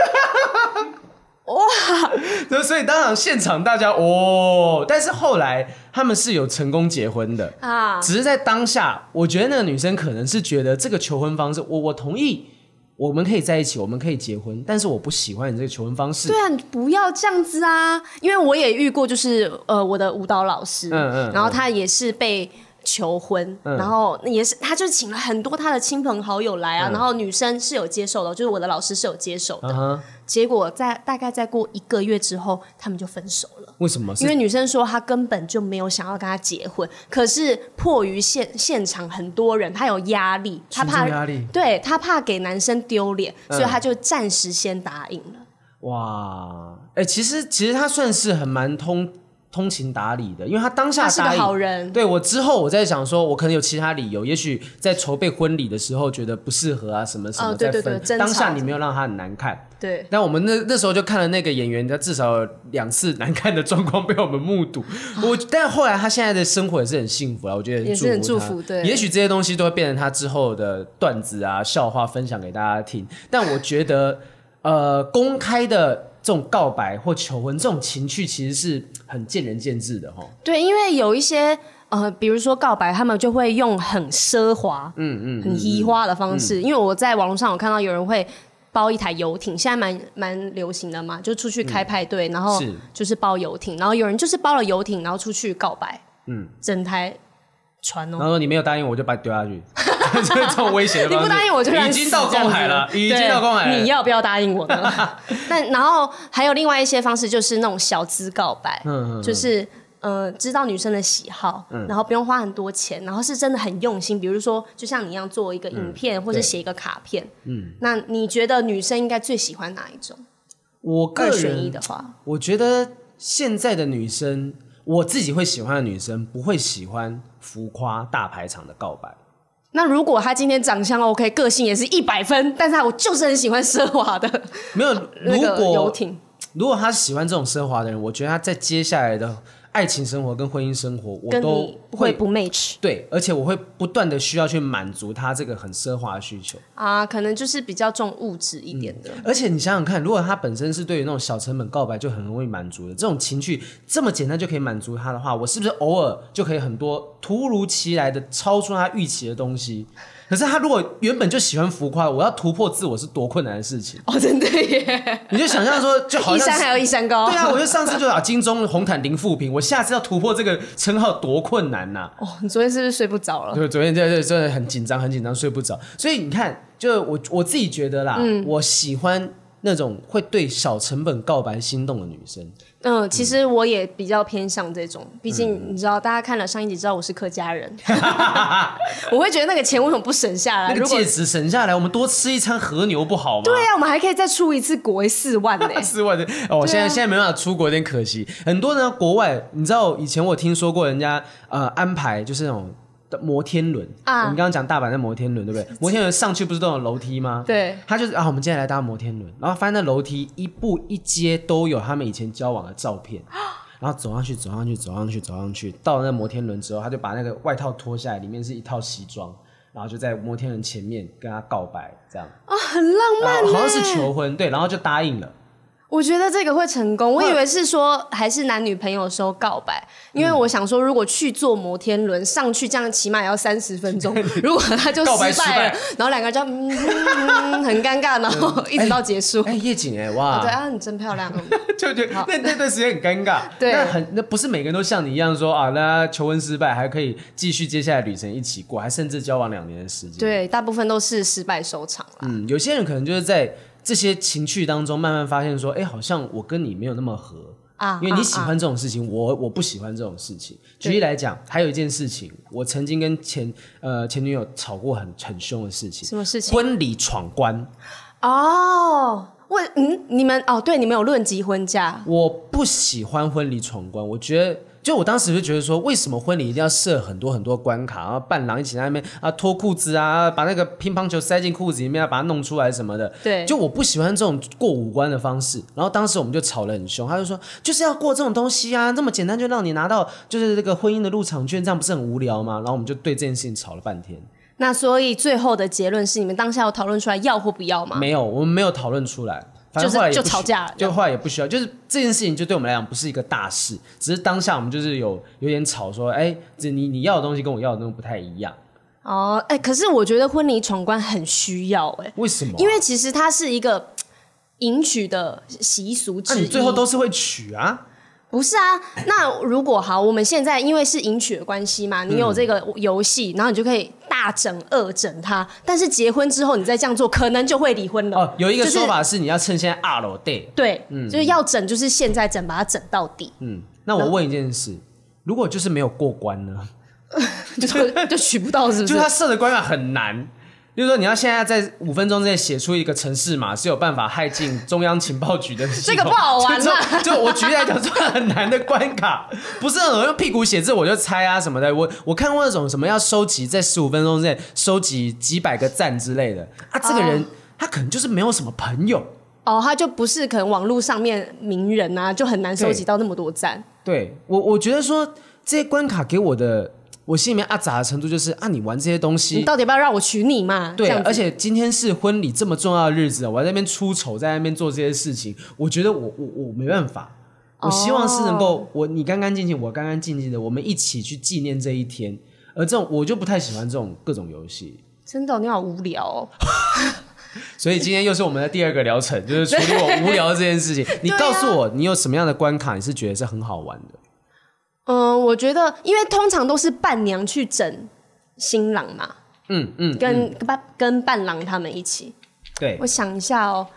哇，
对，所以当场现场大家哦，但是后来他们是有成功结婚的，
啊，
只是在当下，我觉得那个女生可能是觉得这个求婚方式，我我同意，我们可以在一起，我们可以结婚，但是我不喜欢你这个求婚方式
对。啊，你不要这样子啊！因为我也遇过，就是呃，我的舞蹈老师，
嗯嗯嗯
然后他也是被求婚，然后也是他就请了很多他的亲朋好友来啊，然后女生是有接受的，就是我的老师是有接受的，
嗯哼，
结果在大概再过一个月之后，他们就分手了。
为什么？是
因为女生说她根本就没有想要跟他结婚，可是迫于现现场很多人，她有压力，她怕
群众压力
对她怕给男生丢脸，
嗯
所以她就暂时先答应了。
哇，哎、其实其实他算是很蛮通通情达理的，因为他当下
他是个
答应
好人
对我之后，我在想说，我可能有其他理由，也许在筹备婚礼的时候觉得不适合啊，什么什么
哦对
再
对
分。
对争吵
当下你没有让他很难看，
对，
但我们那那时候就看了那个演员，他至少有两次难看的状况被我们目 睹。我但后来他现在的生活也是很幸福啊，我觉得
也是很
祝
祝福
他
对
也许这些东西都会变成他之后的段子啊、笑话分享给大家听。但我觉得，呃，公开的这种告白或求婚这种情趣，其实是很见仁见智的哈。
对，因为有一些呃，比如说告白，他们就会用很奢华、嗯嗯，很移花的方式。因为我在网络上有看到有人会包一台游艇，现在蛮蛮流行的嘛，就出去开派对，然后
是
就是包游艇，然后有人就是包了游艇，然后出去告白，嗯，整台船
然
哦。
后说你没有答应我，我就把你丢下去， 就是这种威胁的
你
方式。
不答应我就让
已
你
经
死
到
这样
公海
子
了，已经
对
到公海了。
你要不要答应我 呢？但然后还有另外一些方式，就是那种小资告白，
嗯嗯嗯嗯
就是呃，知道女生的喜好，然后不用花很多钱，然后是真的很用心。比如说，就像你一样做一个影片，或者
对
写一个卡片。嗯，那你觉得女生应该最喜欢哪一种？
我个
二选
人
一的话，
我觉得现在的女生，我自己会喜欢的女生，不会喜欢浮夸大排场的告白。
那如果她今天长相 OK，个性也是一百分，但是她我就是很喜欢奢华的
没有，
那
如
个游
果
艇。
如果她喜欢这种奢华的人，我觉得她在接下来的爱情生活跟婚姻生活，我
跟
都
你会不 match
对，而且我会不断的需要去满足她这个很奢华的需求。
啊？可能就是比较重物质一点的。
而且你想想看，如果她本身是对于那种小成本告白就很容易满足的这种情绪，这么简单就可以满足她的话，我是不是偶尔就可以很多突如其来的超出她预期的东西？ 可是她如果原本就喜欢浮夸，我要突破自我是多困难的事情。
哦，真的耶！
你就想象说，就好
一
像
山还
是。
有一山高。
对啊，我就上次就打金钟红毯零负评，我下次要突破这个称号多困难呐、
哦，你昨天是不是睡不着 了？
对，昨天在这真的很紧张，很紧张，睡不着。所以你看，就我我自己觉得啦，
嗯
我喜欢那种会对小成本告白心动的女生。
嗯，其实我也比较偏向这种，毕竟
嗯
你知道，大家看了上一集知道我是客家人， 我会觉得那个钱为什么不省下来？
那个
啊如果
戒指省下来，我们多吃一餐和牛不好吗？
对啊，我们还可以再出一次国哎四万 呢、
四万的哦，
啊
现在现在没办法出国，有点可惜。很多呢，国外你知道，以前我听说过人家呃安排就是那种摩天轮
啊
我们刚刚讲大阪的摩天轮，对不对？摩天轮上去不是都有楼梯吗？
对，
他就是啊，我们接下来搭摩天轮，然后发现那楼梯一步一阶都有他们以前交往的照 片。然后走上去，走上去，走上去，走上去，到了那摩天轮之后，他就把那个外套脱下来，里面是一套西装，然后就在摩天轮前面跟他告白，这样，
哦，很浪
然
漫、
后
呢。
好像是求婚，对，然后就答应了。
我觉得这个会成功，我以为是说还是男女朋友的时候告白，因为我想说，如果去坐摩天轮上去，这样起码也要三十分钟。如果他就
告
失
白失败
败了，然后两个人就嗯嗯很尴尬，然后一直到结束。
哎，夜景哎，哇，
对啊，你真漂 亮。
就就 那那段时间很尴尬，
对
那很那不是每个人都像你一样说啊，那求婚失败还可以继续接下来旅程一起过，还甚至交往两年的时间。，
对，大部分都是失败收场啦。
嗯，有些人可能就是在这些情趣当中慢慢发现说，哎，好像我跟你没有那么合
啊
因为你
啊
喜欢这种事情，我我不喜欢这种事情。举例来讲，还有一件事情，我曾经跟前呃前女友吵过很很凶的事情，
什么事情？
婚礼闯关，
哦，问嗯，你们哦，对，你们有论及婚嫁，
我不喜欢婚礼闯关，我觉得。就我当时就觉得说，为什么婚礼一定要设很多很多关卡，然后伴郎一起在那边啊脱裤子啊，把那个乒乓球塞进裤子里面，把它弄出来什么的。
对
就我不喜欢这种过五关的方式。然后当时我们就吵得很凶，他就说就是要过这种东西啊，这么简单就让你拿到就是这个婚姻的入场券，这样不是很无聊吗？然后我们就对这件事情吵了半天。
那所以最后的结论是，你们当下有讨论出来要或不要吗？
没有，我们没有讨论出来。反正
就是
后来也
就
不需
吵架
就后来也不需要，就是这件事情就对我们来讲不是一个大事，只是当下我们就是有有点吵说，哎，这你你要的东西跟我要的东西不太一样，
哦，哎、可是我觉得婚礼闯关很需要哎、
为什么啊？
因为其实它是一个迎娶的习俗
那、
之
啊
一。
你最后都是会娶啊，
不是啊？那如果好，我们现在因为是迎娶的关系嘛，你
嗯
有这个游戏，然后你就可以大整二整它。但是结婚之后你再这样做，可能就会离婚了。
哦，有一个
就是
说法是你要趁现在二楼 day。
对，就是要整，就是现在整，把它整到底，
嗯，那我问一件事，如果就是没有过关呢？
就就娶不到，是不
就是他？设的关卡很难。例如说，你要现在在五分钟之内写出一个城市码，是有办法害进中央情报局的系统。
这个不好玩啊
就
啦
就就我举例来讲，这很难的关卡，不是那种用屁股写字我就猜啊什么的。我我看过那种什么要收集在十五分钟之内收集几百个赞之类的啊，这个人、他可能就是没有什么朋友。
哦，他就不是可能网络上面名人啊，就很难收集到那么多赞。
对我，我觉得说这些关卡给我的，我心里面啊杂的程度就是啊，你玩这些东西，
你到底要不要让我娶你嘛？
对，
这样子
而且今天是婚礼这么重要的日子，我在那边出丑，在那边做这些事情，我觉得我我我没办法。我希望是能
哦
够、我你干干净净，我干干净净的，我们一起去纪念这一天。而这种我就不太喜欢这种各种游戏，
真的哦、你好无聊、哦。
所以今天又是我们的第二个疗程，就是处理我无聊这件事 情。
啊
你告诉我，你有什么样的关卡，你是觉得是很好玩的？
嗯，我觉得，因为通常都是伴娘去整新郎嘛，
嗯嗯，
跟伴、跟伴郎他们一起。
对
我想一下哦，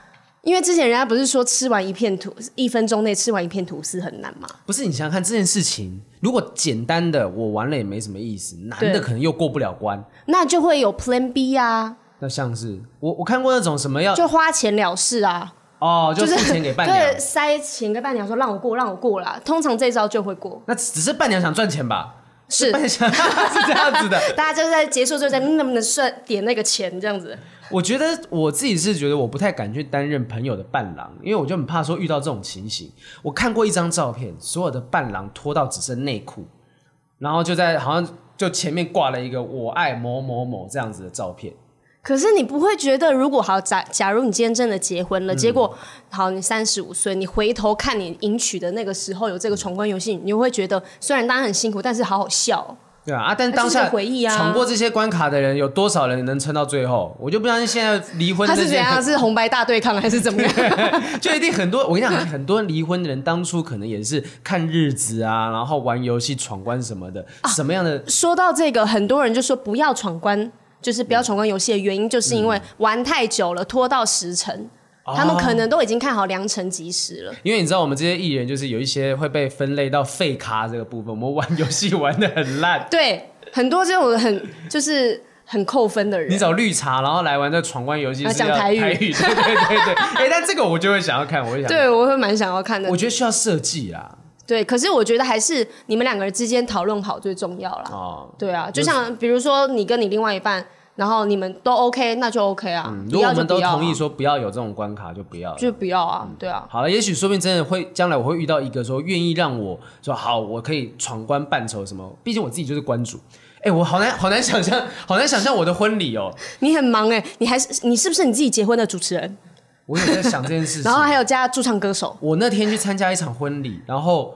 因为之前人家不是说吃完一片吐，一分钟内吃完一片吐司很难嘛？
不是你想想看这件事情，如果简单的我玩了也没什么意思，难的
对
可能又过不了关。
那就会有 Plan B 啊，
那像是我我看过那种什么要
就花钱了事啊，
哦，就
就是
付钱给伴娘
对，。塞钱给伴娘说让我过，让我过啦。通常这一招就会过，
那只是伴娘想赚钱吧？
是
伴娘 是这样子的。
大家就是在结束之后在嗯能不能算点那个钱这样子。
我觉得我自己是觉得我不太敢去担任朋友的伴郎，因为我就很怕说遇到这种情形。我看过一张照片，所有的伴郎脱到只剩内裤，然后就在好像就前面挂了一个“我爱某某某”这样子的照片。
可是你不会觉得，如果好假假如你今天真的结婚了，结果好你三十五岁，你回头看你迎娶的那个时候有这个闯关游戏，你会觉得虽然当然很辛苦，但是好好笑哦、
对啊，啊，但
那
当
就是
下
个回忆啊
闯过这些关卡的人，有多少人能撑到最后？我就不相信现在离婚
他
这
是怎
件
样？是红白大对抗还是怎么 样？
就一定很多，我跟你讲，很多离婚的人当初可能也是看日子啊，然后玩游戏闯关什么的，
啊
什么样的
说到这个，很多人就说不要闯关，就是不要闯关游戏的原因，就是因为玩太久了，拖到时辰，他们可能都已经看好良辰吉时了。
因为你知道我们这些艺人就是有一些会被分类到废咖这个部分，我们玩游戏玩的很 烂。
对，很多这种很就是很扣分的人，
你找绿茶，然后来玩这闯关游戏
啊
是要
讲台语
台语，对 对对对。哎、但这个我就会想要看，我会想，
对我会蛮想要看的
我。觉得需要设计啦，
对，可是我觉得还是你们两个人之间讨论好最重要啦。
哦。
对啊，就像比如说你跟你另外一半，然后你们都 OK，那就 OK 啊。不
如果
要
我
就
们都
不要啊
同意，说不要有这种关卡，就不要了。
就不要啊。对啊，
好了，也许说不定真的会，将来我会遇到一个说愿意让我说好，我可以闯关扮丑什么，毕竟我自己就是关主。哎、我好难好难想象，好难想象我的婚礼哦、
你很忙哎、你还是你是不是你自己结婚的主持人？
我有在想这件事情
然。后还有加驻唱歌手，
我那天去参加一场婚礼，然后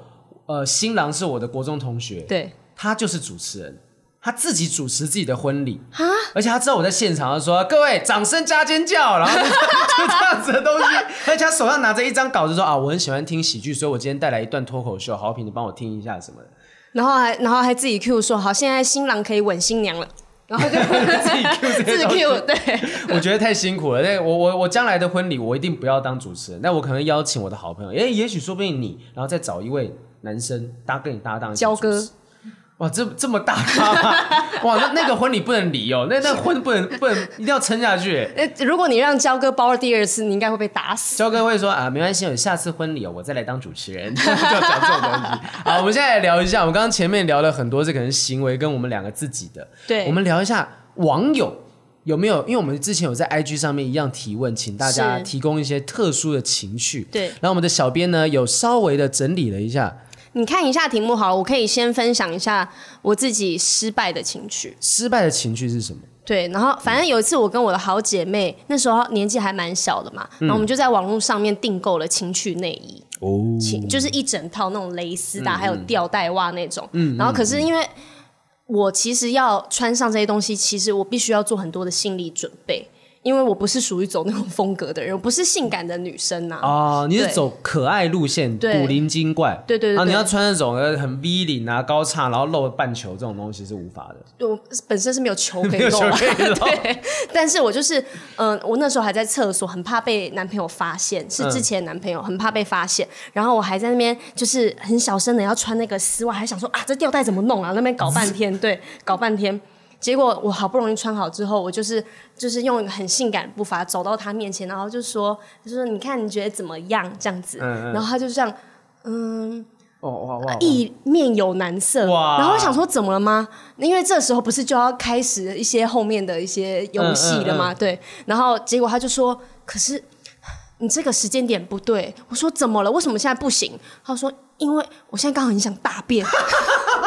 呃，新郎是我的国中同学，
对
他就是主持人，他自己主持自己的婚礼，
啊，
而且他知道我在现场，他说各位掌声加尖叫，然后就 就这样子的东西，而且他手上拿着一张稿子说啊，我很喜欢听喜剧，所以我今天带来一段脱口秀，好评你帮我听一下什么的。
然后还然后还自己 Q 说好，现在新郎可以吻新娘了，然后就
自己 Q 这些
自己
东西
Q 对。
我觉得太辛苦了。那我我我将来的婚礼，我一定不要当主持人，那我可能邀请我的好朋友，哎也也许说不定你，然后再找一位男生搭跟你搭档一起
焦哥
主持。哇，这这么大 咖吗？哇，那那个婚礼不能离哦，那那婚不能不能一定要撑下去。
呃，如果你让焦哥包了第二次，你应该会被打死。
焦哥会说啊，没关系，我下次婚礼、哦、我再来当主持人， 就讲这种东西。好，我们现在来聊一下，我们刚刚前面聊了很多，这可能行为跟我们两个自己的，
对
我们聊一下网友有没有，因为我们之前有在 IG 上面一样提问，请大家
是
提供一些特殊的情绪。
对
然后我们的小编呢有稍微的整理了一下
你看一下题目好了，我可以先分享一下我自己失败的情绪。
失败的情绪是什么？
对，然后反正有一次我跟我的好姐妹，那时候年纪还蛮小的嘛，然后我们就在网络上面订购了情趣内衣，
哦，
情就是一整套那种蕾丝的啊，还有吊带袜那种。然后可是因为我其实要穿上这些东西，其实我必须要做很多的心理准备，因为我不是属于走那种风格的人，我不是性感的女生啊呐、
哦，你是
对
走可爱路线，
对
古灵精怪，
对对对
啊，
对
你要穿那种呃很 V 领啊、高叉，然后露半球这种东西是无法的。
对我本身是没有球可
没
以
有
露啊，
球可以露
对，但是我就是，嗯、我那时候还在厕所，很怕被男朋友发现，
嗯
是之前男朋友，很怕被发现。然后我还在那边就是很小声的要穿那个丝袜，还想说啊，这吊带怎么弄啊？那边搞半 天，对，搞半天。结果我好不容易穿好之后，我就是就是用一个很性感的步伐走到他面前，然后就说，就说你看你觉得怎么样这样子？
嗯嗯
然后他就这样，嗯，
哦哇哇哇！
意面有难色。
哇
然后我想说怎么了吗？因为这时候不是就要开始一些后面的一些游戏了吗？
嗯嗯
对，然后结果他就说，可是。你这个时间点不对，我说怎么了？为什么现在不行？他说因为我现在刚好很想大便，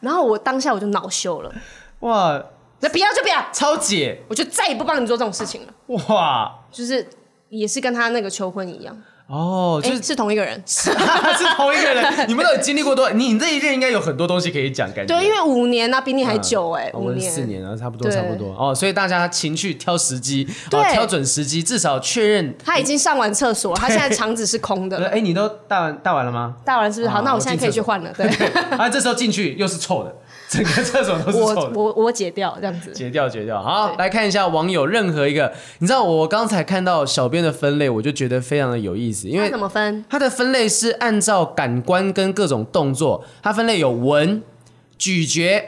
然后我当下我就恼羞了，
哇，
那不要就不要，
超姐
我就再也不帮你做这种事情了。
哇
就是也是跟他那个求婚一样，
哦，就
哎、
是
是同一个人，
是同一个人。你们都有经历过多，你你这一任应该有很多东西可以讲，感觉
对，因为五年啊，比你还久哎、
哦
五
我是
年
四年啊，差不多
对
差不多哦，所以大家情绪挑时机，哦
对，
挑准时机，至少确认。
他已经上完厕所了，他现在肠子是空
呃
的。
哎，你都大完大完了吗？
大完是不是？好，
啊
那我现在可以去
我进厕所
换了。对，
啊，这时候进去又是臭的，整个厕所都是
我
臭的。
我我解掉这样子。
截掉，截掉。好，
对
来看一下网友任何一个，你知道我刚才看到小编的分类，我就觉得非常的有意思，因
那
为
怎么分？
它的分类是按照感官跟各种动作，它分类有闻、咀嚼、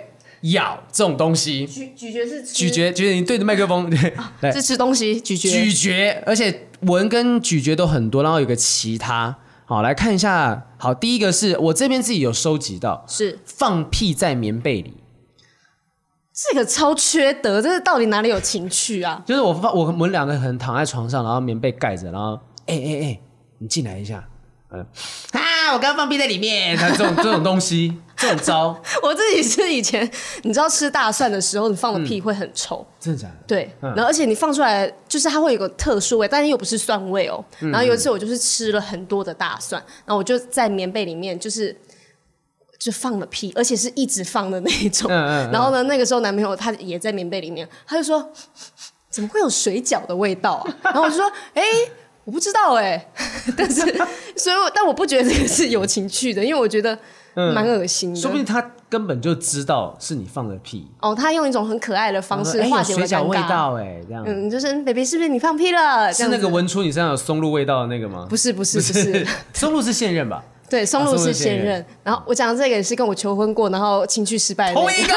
咬这种东西。
咀咀嚼是吃
咀嚼，咀嚼，你对着麦克风， 对，
哦
来
是吃东西，咀嚼
咀嚼，而且闻跟咀嚼都很多，然后有个其他。好，来看一下。好，第一个是我这边自己有收集到，
是
放屁在棉被里。
这个超缺德，这是到底哪里有情趣啊？
就是我发我我们两个人躺在床上，然后棉被盖着，然后哎哎哎，你进来一下，嗯啊，我刚放屁在里面，这种这种东西，这种招，
我自己是以前，你知道吃大蒜的时候，你放的
嗯
屁会很臭，
真的假的？
对，然后而且你放出来就是它会有一个特殊味，但是又不是蒜味哦。
嗯
然后有一次我就是吃了很多的大蒜，然后我就在棉被里面就是就放了屁，而且是一直放的那一种。
嗯嗯嗯
然后呢，那个时候男朋友他也在棉被里面，他就说怎么会有水饺的味道啊？然后我就说 哎。我不知道哎、但是，所以我但我不觉得这个是有情趣的，因为我觉得蛮恶心
嗯
的。
说不定他根本就知道是你放的屁，
哦，他用一种很可爱的方
然后
式
说哎
化
有
解
水
我的尴
饺
尬。
味道哎，这样
嗯，就是 baby 是不是你放屁了？这
是
样
那
子
个闻出你身上有松露味道的那个吗？
不是不是不是，
松露是现任吧？
对，松露
松露是
是现
现
任
任。
然后我讲的这个也是跟我求婚过，然后情趣失 败的那
同
个。
一个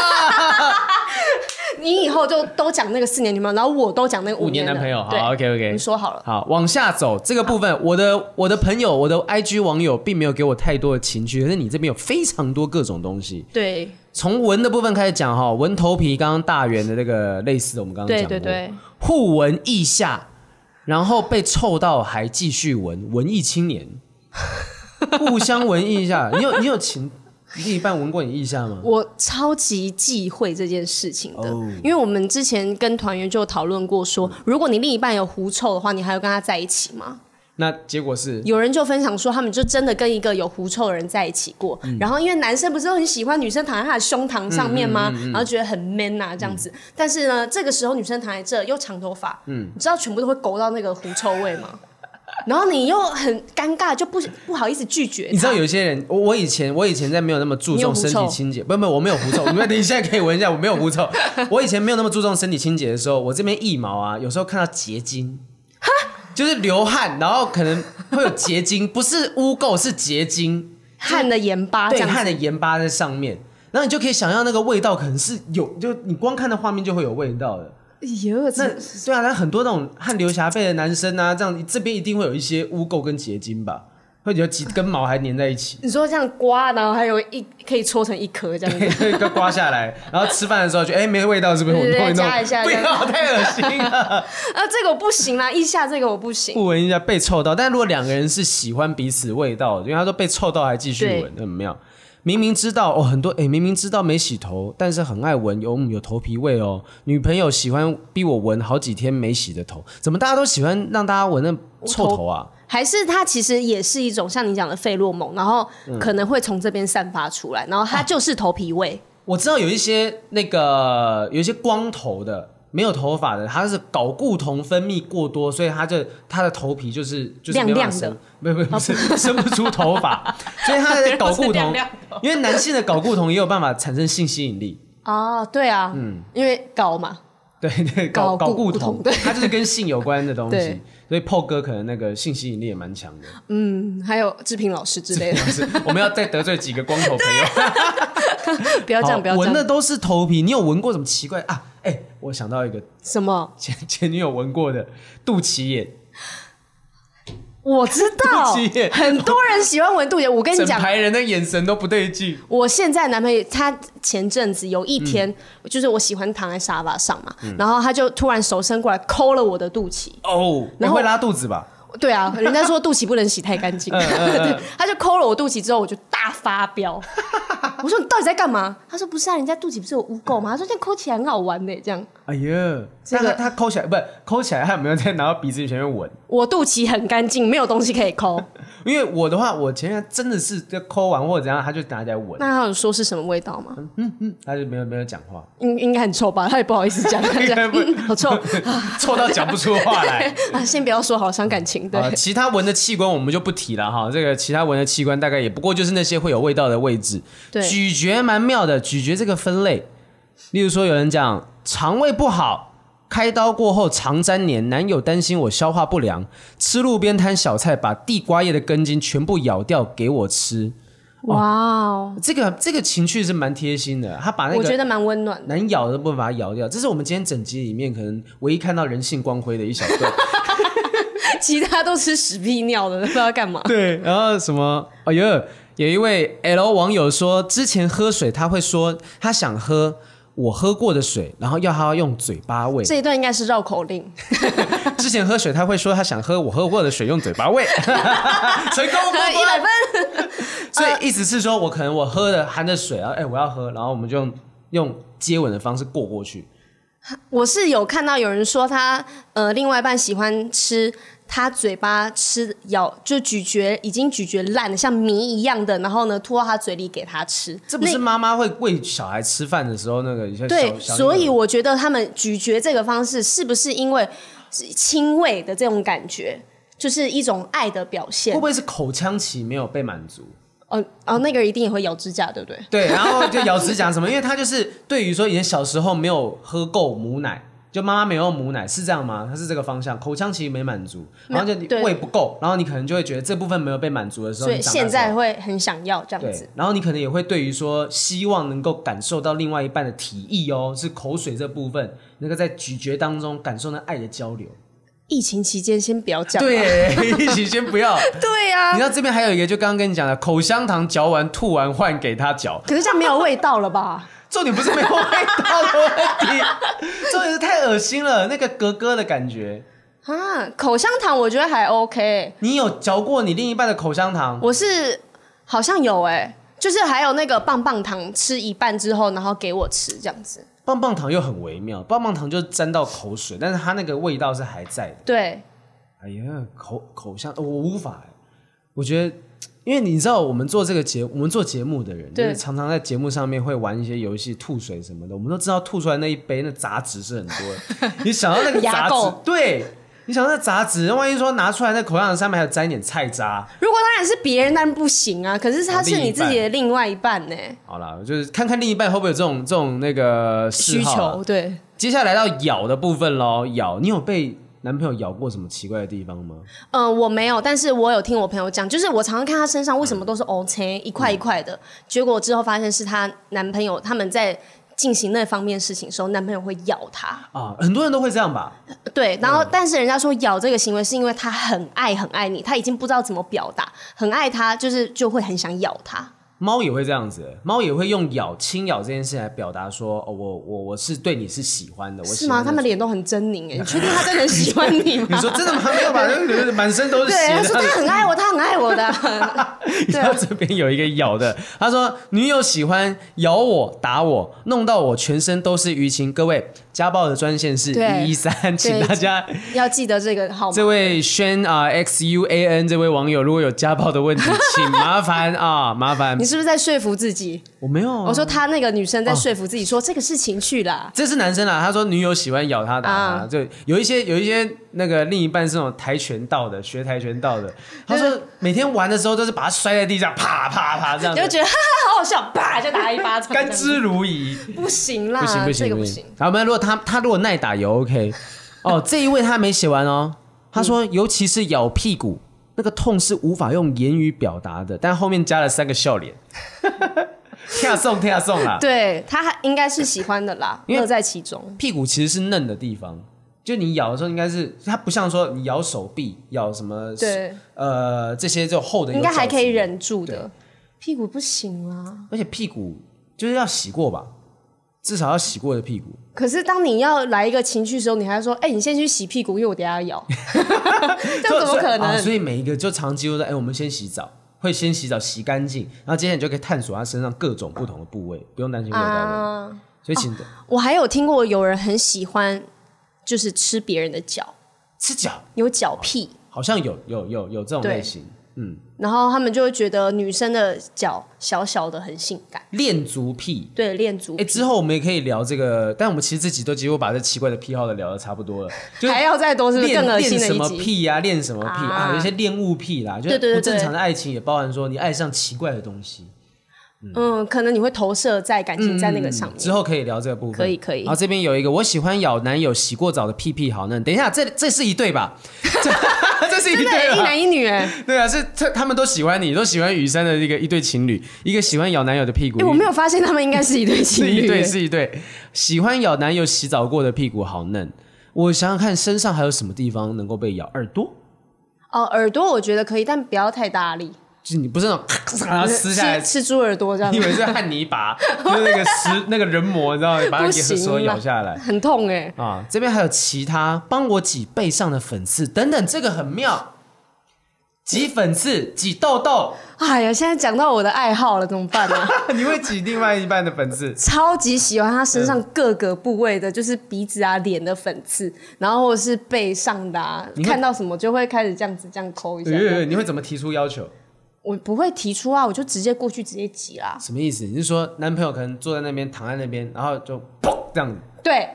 你以后就都讲那个四年女朋友，然后我都讲那个
五年
年的
男朋友，
对
好，OK OK，
你说好了。
好，往下走这个部分，我的我的朋友，我的 IG 网友并没有给我太多的情绪，可是你这边有非常多各种东西。
对
从闻的部分开始讲哈，闻头皮，刚刚大圆的那个类似的，我们刚刚
对
讲过，
对对，
互闻腋下，然后被臭到还继续闻，文艺青 年，互相闻腋下。你有你有情另一半闻过你腋下吗？
我超级忌讳这件事情的，
哦嗯
因为我们之前跟团员就有讨论过说，如果你另一半有狐臭的话，你还要跟他在一起吗？
那结果是
有人就分享说，他们就真的跟一个有狐臭的人在一起过。
嗯
然后因为男生不是都很喜欢女生躺在他的胸膛上面
嗯
吗？然后觉得很 man 啊这样子。但是呢，这个时候女生躺在这又长头发，
嗯
你知道全部都会勾到那个狐臭味吗？然后你又很尴尬，就不不好意思拒绝他。
你知道有些人，我我以前我以前在没有那么注
啊你有
重
狐
身
臭
体清洁，不不，我没有狐臭，你们等一下可以闻一下，我没有狐 臭。我以前没有那么注重身体清洁的时候，我这边腋毛啊，有时候看到结晶，就是流汗，然后可能会有结晶，不是污垢，是结晶，
汗的盐巴啊这
对，
样
汗的
子，
盐巴在上面，然后你就可以想象那个味道可能是有，就你光看到画面就会有味道的。
哎呦，
那
这
对啊，那很多那种汗流浃背的男生啊，这样这边一定会有一些污垢跟结晶吧，会有几根毛还粘在一起。
你说这样刮，然后还有一可以搓成一颗这样 子。
一个刮下来，然后吃饭的时候就哎、没味道，是不是？我
对对
弄一弄，
加一下
不
加一下
要太恶心了，
啊，这个我不行啦，腋下这个我不行。
不闻一下被臭到。但如果两个人是喜欢彼此味道的，因为他说被臭到还继续
对
闻，很妙。明明知道哦，很多哎，明明知道没洗头，但是很爱闻，有有头皮味哦。女朋友喜欢逼我闻好几天没洗的头，怎么大家都喜欢让大家闻那臭头啊？
还是它其实也是一种像你讲的费洛蒙，然后可能会从这边散发出来，然后它就是头皮味。
我知道有一些那个有一些光头的，没有头发的，他是睾固酮分泌过多，所以他就他的头皮就是就是没办法生，没有没有
哦
不是生不出头发，所以他 的睾固酮，因为男性的睾固酮也有办法产生性吸引力，
哦，对啊，
嗯
因为高嘛，
对对，睾
睾
睾
固
固
酮
酮
对，
它就是跟性有关的东西
对，
所以破哥可能那个性吸引力也蛮强的。
嗯，还有志平老师之类的，
是我们要再得罪几个光头朋友。
不要这样，
好
不要这
闻的
样，
都是头皮，你有闻过什么奇怪啊？哎、我想到一个
什么？
前 前女友闻过的肚脐眼，
我知道
肚脐，眼
很多人喜欢闻杜姐。我跟你
整
讲，
排人的眼神都不对劲。
我现在男朋友他前阵子有一天，
嗯
就是我喜欢躺在沙发上嘛，然后他就突然手伸过来抠了我的肚脐。
哦，你
然后
会拉肚子吧？
对啊，人家说肚脐不能洗太干
嗯
净， 对，他就抠了我肚脐之后，我就大 发飙。我说你到底在干嘛？他说不是啊，人家肚脐不是有污垢吗？他说这样抠起来很好玩呢、这样
哎呀，
这
那
个
个他抠起来，不是抠起来，他有没有再拿到鼻子前面闻？
我肚脐很干净，没有东西可以 抠。
因为我的话，我前面真的是在抠完或者怎样，他就拿起来闻，嗯
那他有说是什么味道吗？
他就没有没有讲话，
应应该很臭吧？他也不好意思讲，他
应
讲、
该不
嗯、好臭
臭到讲不出话来。
啊！先不要说，好伤感情。 对，
啊，其他闻的器官我们就不提了哈。这个其他闻的器官大概也不过就是那些会有味道的位置。
对
咀嚼蛮妙的，咀嚼这个分类，例如说有人讲肠胃不好，开刀过后肠粘连，男友担心我消化不良，吃路边摊小菜，把地瓜叶的根茎全部咬掉给我吃。
哇哦，
这个这个情趣是蛮贴心的，他把那
我觉
个。
得蛮温暖的。
难咬的部分把它咬掉，这是我们今天整集里面可能唯一看到人性光辉的一小段。
其他都吃屎屁尿的，不知道干 嘛。
对，然后什么？哎呦，有一位 L 网友说，之前喝水他会说他想喝我喝过的水，然后要他用嘴巴喂。
这一段应该是绕口 令，
之前喝水他会说他想喝我喝过的水，用嘴巴喂。成功
一
了，
百分。
所以意思是说我可能我喝的含的水啊，哎，我要喝，然后我们就用用接吻的方式过过去。
我是有看到有人说他呃，另外一半喜欢吃他嘴巴吃咬就咀嚼已经咀嚼烂了，像糜一样的，然后呢吐到他嘴里给他吃。
这不
那
是妈妈会喂小孩吃饭的时候那个一些小
对，
小
所以
女儿
我觉得他们咀嚼这个方式是不是因为亲喂的这种感觉，就是一种爱的表现
会不？会是口腔期没有被满足？
哦哦，那个人一定也会咬指甲，对不对？
对，然后就咬指甲什么，因为他就是对于说以前小时候没有喝够母奶，就妈妈没有用母奶，是这样吗？他是这个方向，口腔其实没满足，然后就你
对
胃不够，然后你可能就会觉得这部分没有被满足的时候，
所以
你长大之后
现在会很想要这样子
对。，然后你可能也会对于说希望能够感受到另外一半的体意哦，是口水这部分，那个在咀嚼当中感受那爱的交流。
疫情期间先不要讲。
对， 一起先不要。
对啊呀、
你知道这边还有一个，就刚刚跟你讲的，口香糖嚼完吐完换给他嚼，
可是这样没有味道了吧？
重点不是没有味道的问题，重点是太恶心了，那个格格的感觉。
啊，口香糖我觉得还 OK，
你有嚼过你另一半的口香糖？
我是好像有哎、就是还有那个棒棒糖，吃一半之后然后给我吃这样子。
棒棒糖又很微妙，棒棒糖就沾到口水，但是它那个味道是还在的。
对，
哎呀，口口香，我无法欸，我觉得。因为你知道，我们做这个节，我们做节目的人，就
对
是常常在节目上面会玩一些游戏，吐水什么的。我们都知道，吐出来那一杯那杂质是很多 的。你想到那个
牙
杂质
垢，
对，你想到那杂质，万一说拿出来，那口香糖上面还有沾一点菜渣，
如果当然是别人，但不行啊。可是他是你自己的另外一半欸呢、
好啦，就是看看另一半会不会有这种这种那个
需
嗜好啊
求。对，
接下来到咬的部分喽，咬，你有被男朋友咬过什么奇怪的地方吗？
嗯、我没有，但是我有听我朋友讲，就是我常常看他身上为什么都是 O C 一块一块的，结果之后发现是她男朋友他们在进行那方面事情的时候，男朋友会咬她。
啊，很多人都会这样吧？
对，然
嗯
后但是人家说咬这个行为是因为他很爱很爱你，他已经不知道怎么表达，很爱他，就是就会很想咬他。
猫也会这样子，猫也会用咬、轻咬这件事来表达说，哦，我我我是对你是喜欢的，我
是
喜
吗？
欢
他们
的
脸都很狰 狞哎，你确定他真的喜欢你吗？
你说真的吗？没有吧？满身都是
对，他
血
说他啊
的，
很爱我，他很爱我的，
你知道这边有一个咬的，他说女友喜欢咬我、打我，弄到我全身都是淤青。各位，家暴的专线是
对
一一三，请
对
大家
要记得这个号码。
这位轩啊 X U A N 这位网友，如果有家暴的问题，请麻烦 啊麻烦
你。是不是在说服自己？
我没有啊，
我说他那个女生
哦
在说服自己说这个是情趣啦，
这是男生啦，啊他说女友喜欢咬他打他，
啊
就有一些有一些那个另一半是那种跆拳道的，学跆拳道的，他说每天玩的时候都是把他摔在地上，啪啪啪这样
你就
子，
觉得哈 哈好好笑，啪就打一巴掌，
甘
这样
之如饴。
子不行啦，
不行不
这
行
个不
行
行。，
好，我们如果他他如果耐打也 OK。哦， 这一位他没写完哦，他说
嗯
尤其是咬屁股那个痛是无法用言语表达的，但后面加了三个笑 脸，跳送跳送啊啦。
对他还应该是喜欢的啦，
因为
乐在其中。
屁股其实是嫩的地方，就你咬的时候应该是它不像说你咬手臂、咬什么，
对，
呃，这些就厚的有
应该还可以
角质，
忍住的。屁股不行啊啦，
而且屁股就是要洗过吧，至少要洗过的屁股。
可是当你要来一个情绪的时候，你还说：“哎、你先去洗屁股，因为我等一下要 咬。” 这样怎么
所以
可
啊
能？
所以每一个就长期都在，哎、我们先洗澡，会先洗澡洗干净，然后接下来你就可以探索他身上各种不同的部位，不用担心味道问题。
啊，
所以请
我还有听过有人很喜欢，就是吃别人的脚，
吃脚，
有脚癖，
好像有有有有这种
对
类型，嗯，
然后他们就会觉得女生的脚小小的很性感，
恋足癖。
对，恋足
哎、之后我们也可以聊这个，但我们其实这集都几乎把这奇怪的癖好的聊的差不多了，就是
还要再多是不是
练
更恶心
练
的
什么
一集？
癖呀、练什么癖啊
啊
有一些恋物癖啦，就是
对对对
不正常的爱情也包含说你爱上奇怪的东西。
嗯，可能你会投射在感情在那个上面。
嗯之后可以聊这个部分，
可以可以
然后这边有一个，我喜欢咬男友洗过澡的屁屁，好嫩。等一下，这这是一对吧？这这是一
真的
对
耶一
吧？
男一女哎、
对啊，是这他们都喜欢你，都喜欢雨山的一个一对情侣，一个喜欢咬男友的屁股，
哎、我没有发现他们应该是一对情
是一
侣、
对
欸，
是一对，喜欢咬男友洗澡过的屁股，好嫩。我想想看，身上还有什么地方能够被咬？耳朵，
哦，耳朵我觉得可以，但不要太大力，
就是你不是那种咔嚓然后撕下来
吃吃猪耳朵这样
你以，为是汉尼拔，就是那个石那个人魔，你知道吗，把它
不
给所
行
咬
啦，
下来
很痛哎、
啊。这边还有其他帮我挤背上的粉刺等等，这个很妙。挤粉刺，挤痘痘，
哎呀，现在讲到我的爱好了，怎么办呢、
你会挤另外一半的粉 刺。
超级喜欢他身
嗯
上各个部位的，就是鼻子啊、脸的粉刺，然后或者是背上的、啊，
你会
看到什么就会开始这样子这样抠一下。
呃，你会怎么提出要求？
我不会提出啊，我就直接过去直接挤啦。
什么意思？你是说男朋友可能坐在那边，躺在那边，然后就砰这样子？
对，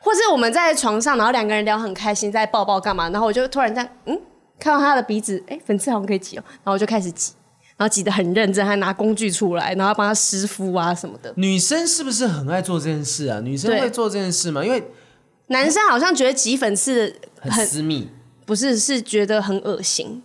或是我们在床上，然后两个人聊很开心，在抱抱干嘛，然后我就突然这样，嗯，看到他的鼻子，哎，粉刺好像可以挤哦，然后我就开始挤，然后挤得很认真，还拿工具出来，然后帮他湿敷啊什么的。
女生是不是很爱做这件事啊？女生
对
会做这件事吗？因为
男生好像觉得挤粉刺
很
很
私密。
不是，是觉得很恶心，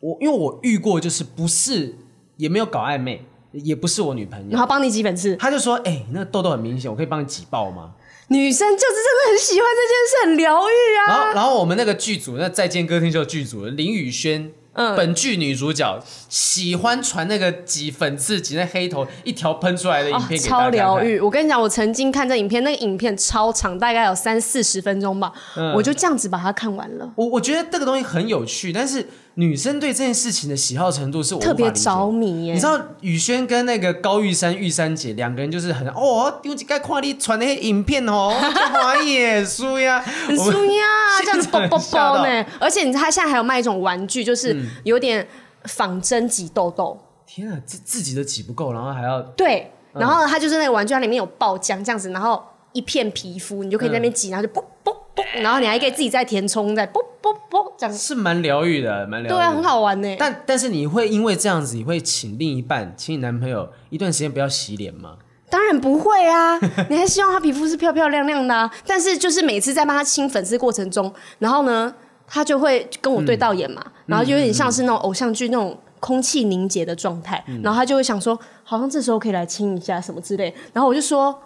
我因为我遇过，就是不是也没有搞暧昧，也不是我女朋友
然，后帮你挤粉刺。
他就说：“哎、你那个痘痘很明显，我可以帮你挤爆吗
女生就是真的很喜欢这件事，很疗愈？”啊。
然后，然后我们那个剧组，那再见歌厅秀剧组林宇轩，
嗯
本剧女主角喜欢传那个挤粉刺、挤那黑头一条喷出来的影片给大家、
哦啊超疗。愈！我跟你讲，我曾经看这影片，那个影片超长，大概有三四十分钟吧，我就这样子把它看完了，
嗯我我觉得这个东西很有趣，但是女生对这件事情的喜好程度是我无法
特别
理解的
着迷耶。
你知道宇轩跟那个高玉山玉山姐两个人就是很哦，丢几盖看你传那些影片 哦，华耶输呀，
很
我们
舒 压，啊
现
这样子
场
啵啵
吓到
啵呢。而且你知道，它现在还有卖一种玩具，就是有点仿真挤痘痘，
天啊，自自己都挤不够，然后还要
对。然后它就是那个玩具，它里面有爆浆这样子，然后一片皮肤，你就可以在那边挤，然后就啵啵啵，然后你还可以自己再填充，再啵�bo 这样子。
是蛮疗愈的，蛮疗愈。
对啊，很。好玩呢。
但但是你会因为这样子，你会请另一半，请你男朋友一段时间不要洗脸吗？
当然不会啊， 你还希望他皮肤是漂漂亮亮的、啊。但是就是每次在帮他清粉刺过程中，然后呢，他就会跟我对到眼嘛，
嗯
然后就有点像是那种偶像剧那种空气凝结的状态，
嗯
然后他就会想说，好像这时候可以来亲一下什么之类。然后我就说，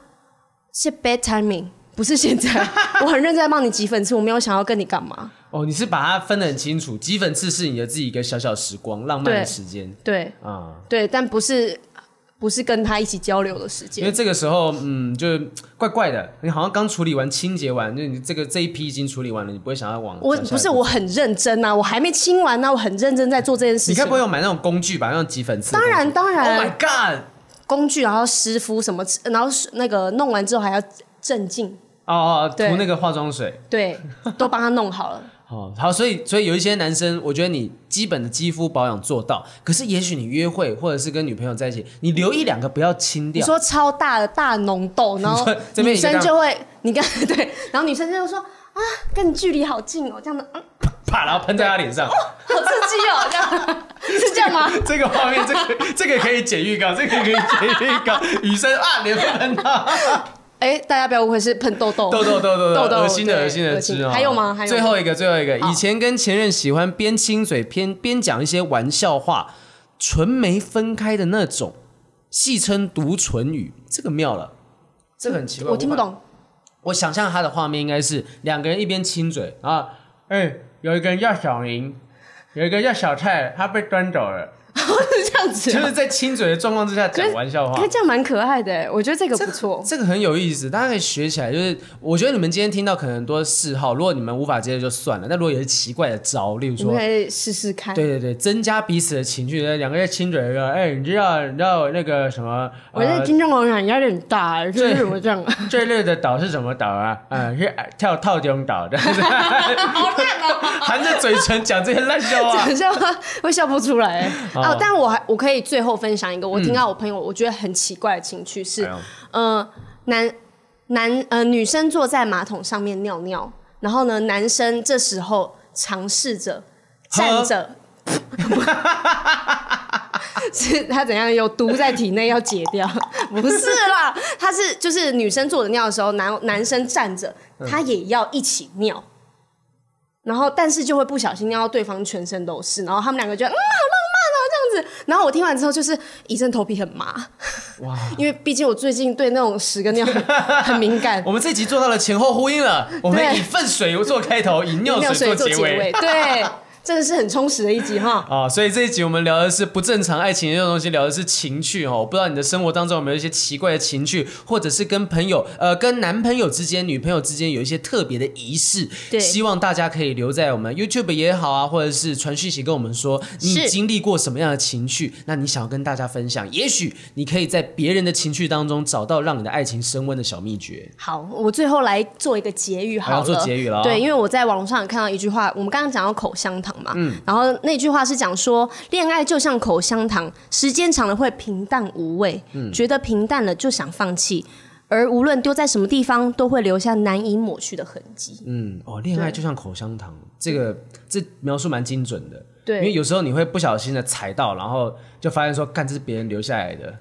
是 bad timing，不是 现在，我很认真在帮你挤粉刺，我没有想要跟你干嘛。
哦，你是把它分得很清楚，挤粉刺是你的自己一个小小时光，浪漫的
对
时间
对
啊、
对，但不是不是跟他一起交流的时
因为
间。
这个时候，嗯，就是怪怪的，你好像刚处理完、清洁完，就你这个这一批已经处理完了，你不会想要往
我
往下
不是我很认真啊，我还没清完呢、我很认真在做这件事
你
情
该。不会有买那种工具吧？那种挤粉刺的
当
工具？
然当然
Oh my god！
工具，然后湿敷什么，然后那个弄完之后还要镇静，
哦哦，
对
涂那个化妆水。
对，都帮他弄好 了。
哦，好，所以所以有一些男生，我觉得你基本的肌肤保养做到，可是也许你约会或者是跟女朋友在一起，你留一两个不要清
你
掉。
说超大的大脓 痘，然后
说这边
女
一个
生
大
就会，你看 对，然后女生就说啊，跟你距离好近哦，这样的，嗯，
啪，然后喷在他脸
哦
上，
好刺激哦，这样 是这样吗？
这个画面，这个这个可以剪预告，这个可以剪预告。雨生啊，脸被喷到，
哎，大家不要误会，是喷痘痘，
痘痘痘痘
痘痘
恶心的
对
恶心的汁哦。
还有吗？还有吗
最后一个，最后一个，
好
以前跟前任喜欢边亲嘴边边讲一些玩笑话，唇眉分开的那种，戏称独唇语，这个妙了， 这个很奇怪，
我听不
无法
懂，
我想象他的画面应该是两个人一边亲嘴啊，哎、有一个人要小明，有一个要小蔡，他被端走了，
是这样子
就
啊。
是在亲嘴的状况之下讲玩笑
可
话
是。这样蛮可爱的哎，我觉得这个
这
不错。
这个很有意思，大家可以学起来。就是我觉得你们今天听到可能很多嗜好，如果你们无法接受就算了。那如果有些奇怪的招，例如
你们
说，
可以试试看。
对对对，增加彼此的情绪，两个人亲嘴，说哎，你知道你知道那个什么，
我觉得
呃，
听众朋友压力很大，就是什么这 样？
这类的岛是什么岛啊？嗯，是跳套丁岛的，
好烂啊！
含着嘴唇讲这些烂笑 话。
等一下会笑不出来欸
哦
哦，但我还我可以最后分享一个，我听到我朋友我觉得很奇怪的情趣是
嗯哎，呦
呃，男男呃女生坐在马桶上面尿尿，然后呢，男生这时候尝试着站着，是他怎样有毒在体内要解掉？不是啦，他是就是女生坐着尿的时候，男男生站着，
嗯
他也要一起尿。然后，但是就会不小心尿到对方全身都是，然后他们两个觉得嗯，好浪漫哦，这样子。然后我听完之后，就是一阵头皮很麻。
哇！
因为毕竟我最近对那种屎跟尿很很敏 感
我，们这集做到了前后呼应了，我们
对
以粪水做开头，以尿水
做
做结尾。
对，真的是很充实的一集哈。
啊、所以这一集我们聊的是不正常爱情这种东西，聊的是情趣哦。我不知道你的生活当中有没有一些奇怪的情趣，或者是跟朋友、呃，跟男朋友之间、女朋友之间有一些特别的仪式。
对
希望大家可以留在我们 YouTube 也好啊，或者是传讯息跟我们说你
是
经历过什么样的情趣，那你想要跟大家分享，也许你可以在别人的情趣当中找到让你的爱情升温的小秘诀。
好，我最后来做一个结语好
好
了。
做结语了啊
对，因为我在网络上有看到一句话，我们刚刚讲到口香糖嘛，
嗯
然后那句话是讲说，恋爱就像口香糖，时间长了会平淡无味，
嗯
觉得平淡了就想放弃，而无论丢在什么地方，都会留下难以抹去的痕迹。
嗯，哦，恋爱就像口香糖，这个这描述蛮精准的。
对
因为有时候你会不小心的踩到，然后就发现说，干，这是别人留下来的，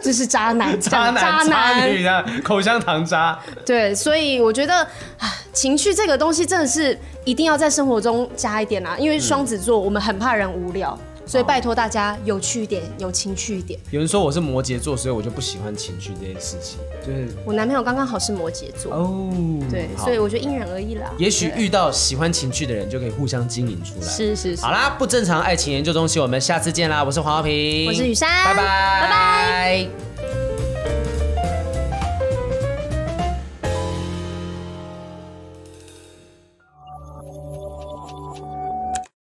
这是渣 男，
渣
渣
男、渣女这样，口香糖渣。
对，所以我觉得啊，情绪这个东西真的是一定要在生活中加一点啦、因为双子座我们很怕人无聊，
嗯
所以拜托大家有趣一点，有情趣一点。
有人说我是摩羯座，所以我就不喜欢情绪这件事情，就是
我男朋友刚刚好是摩羯座，
哦，
对，
好
所以我觉得因人而异啦。
也许
对
遇到喜欢情绪的人，就可以互相经营出来。
是是是
好，啦，不正常爱情研究中心，我们下次见啦！我是黄浩平，
我是雨珊
拜拜，
拜
拜。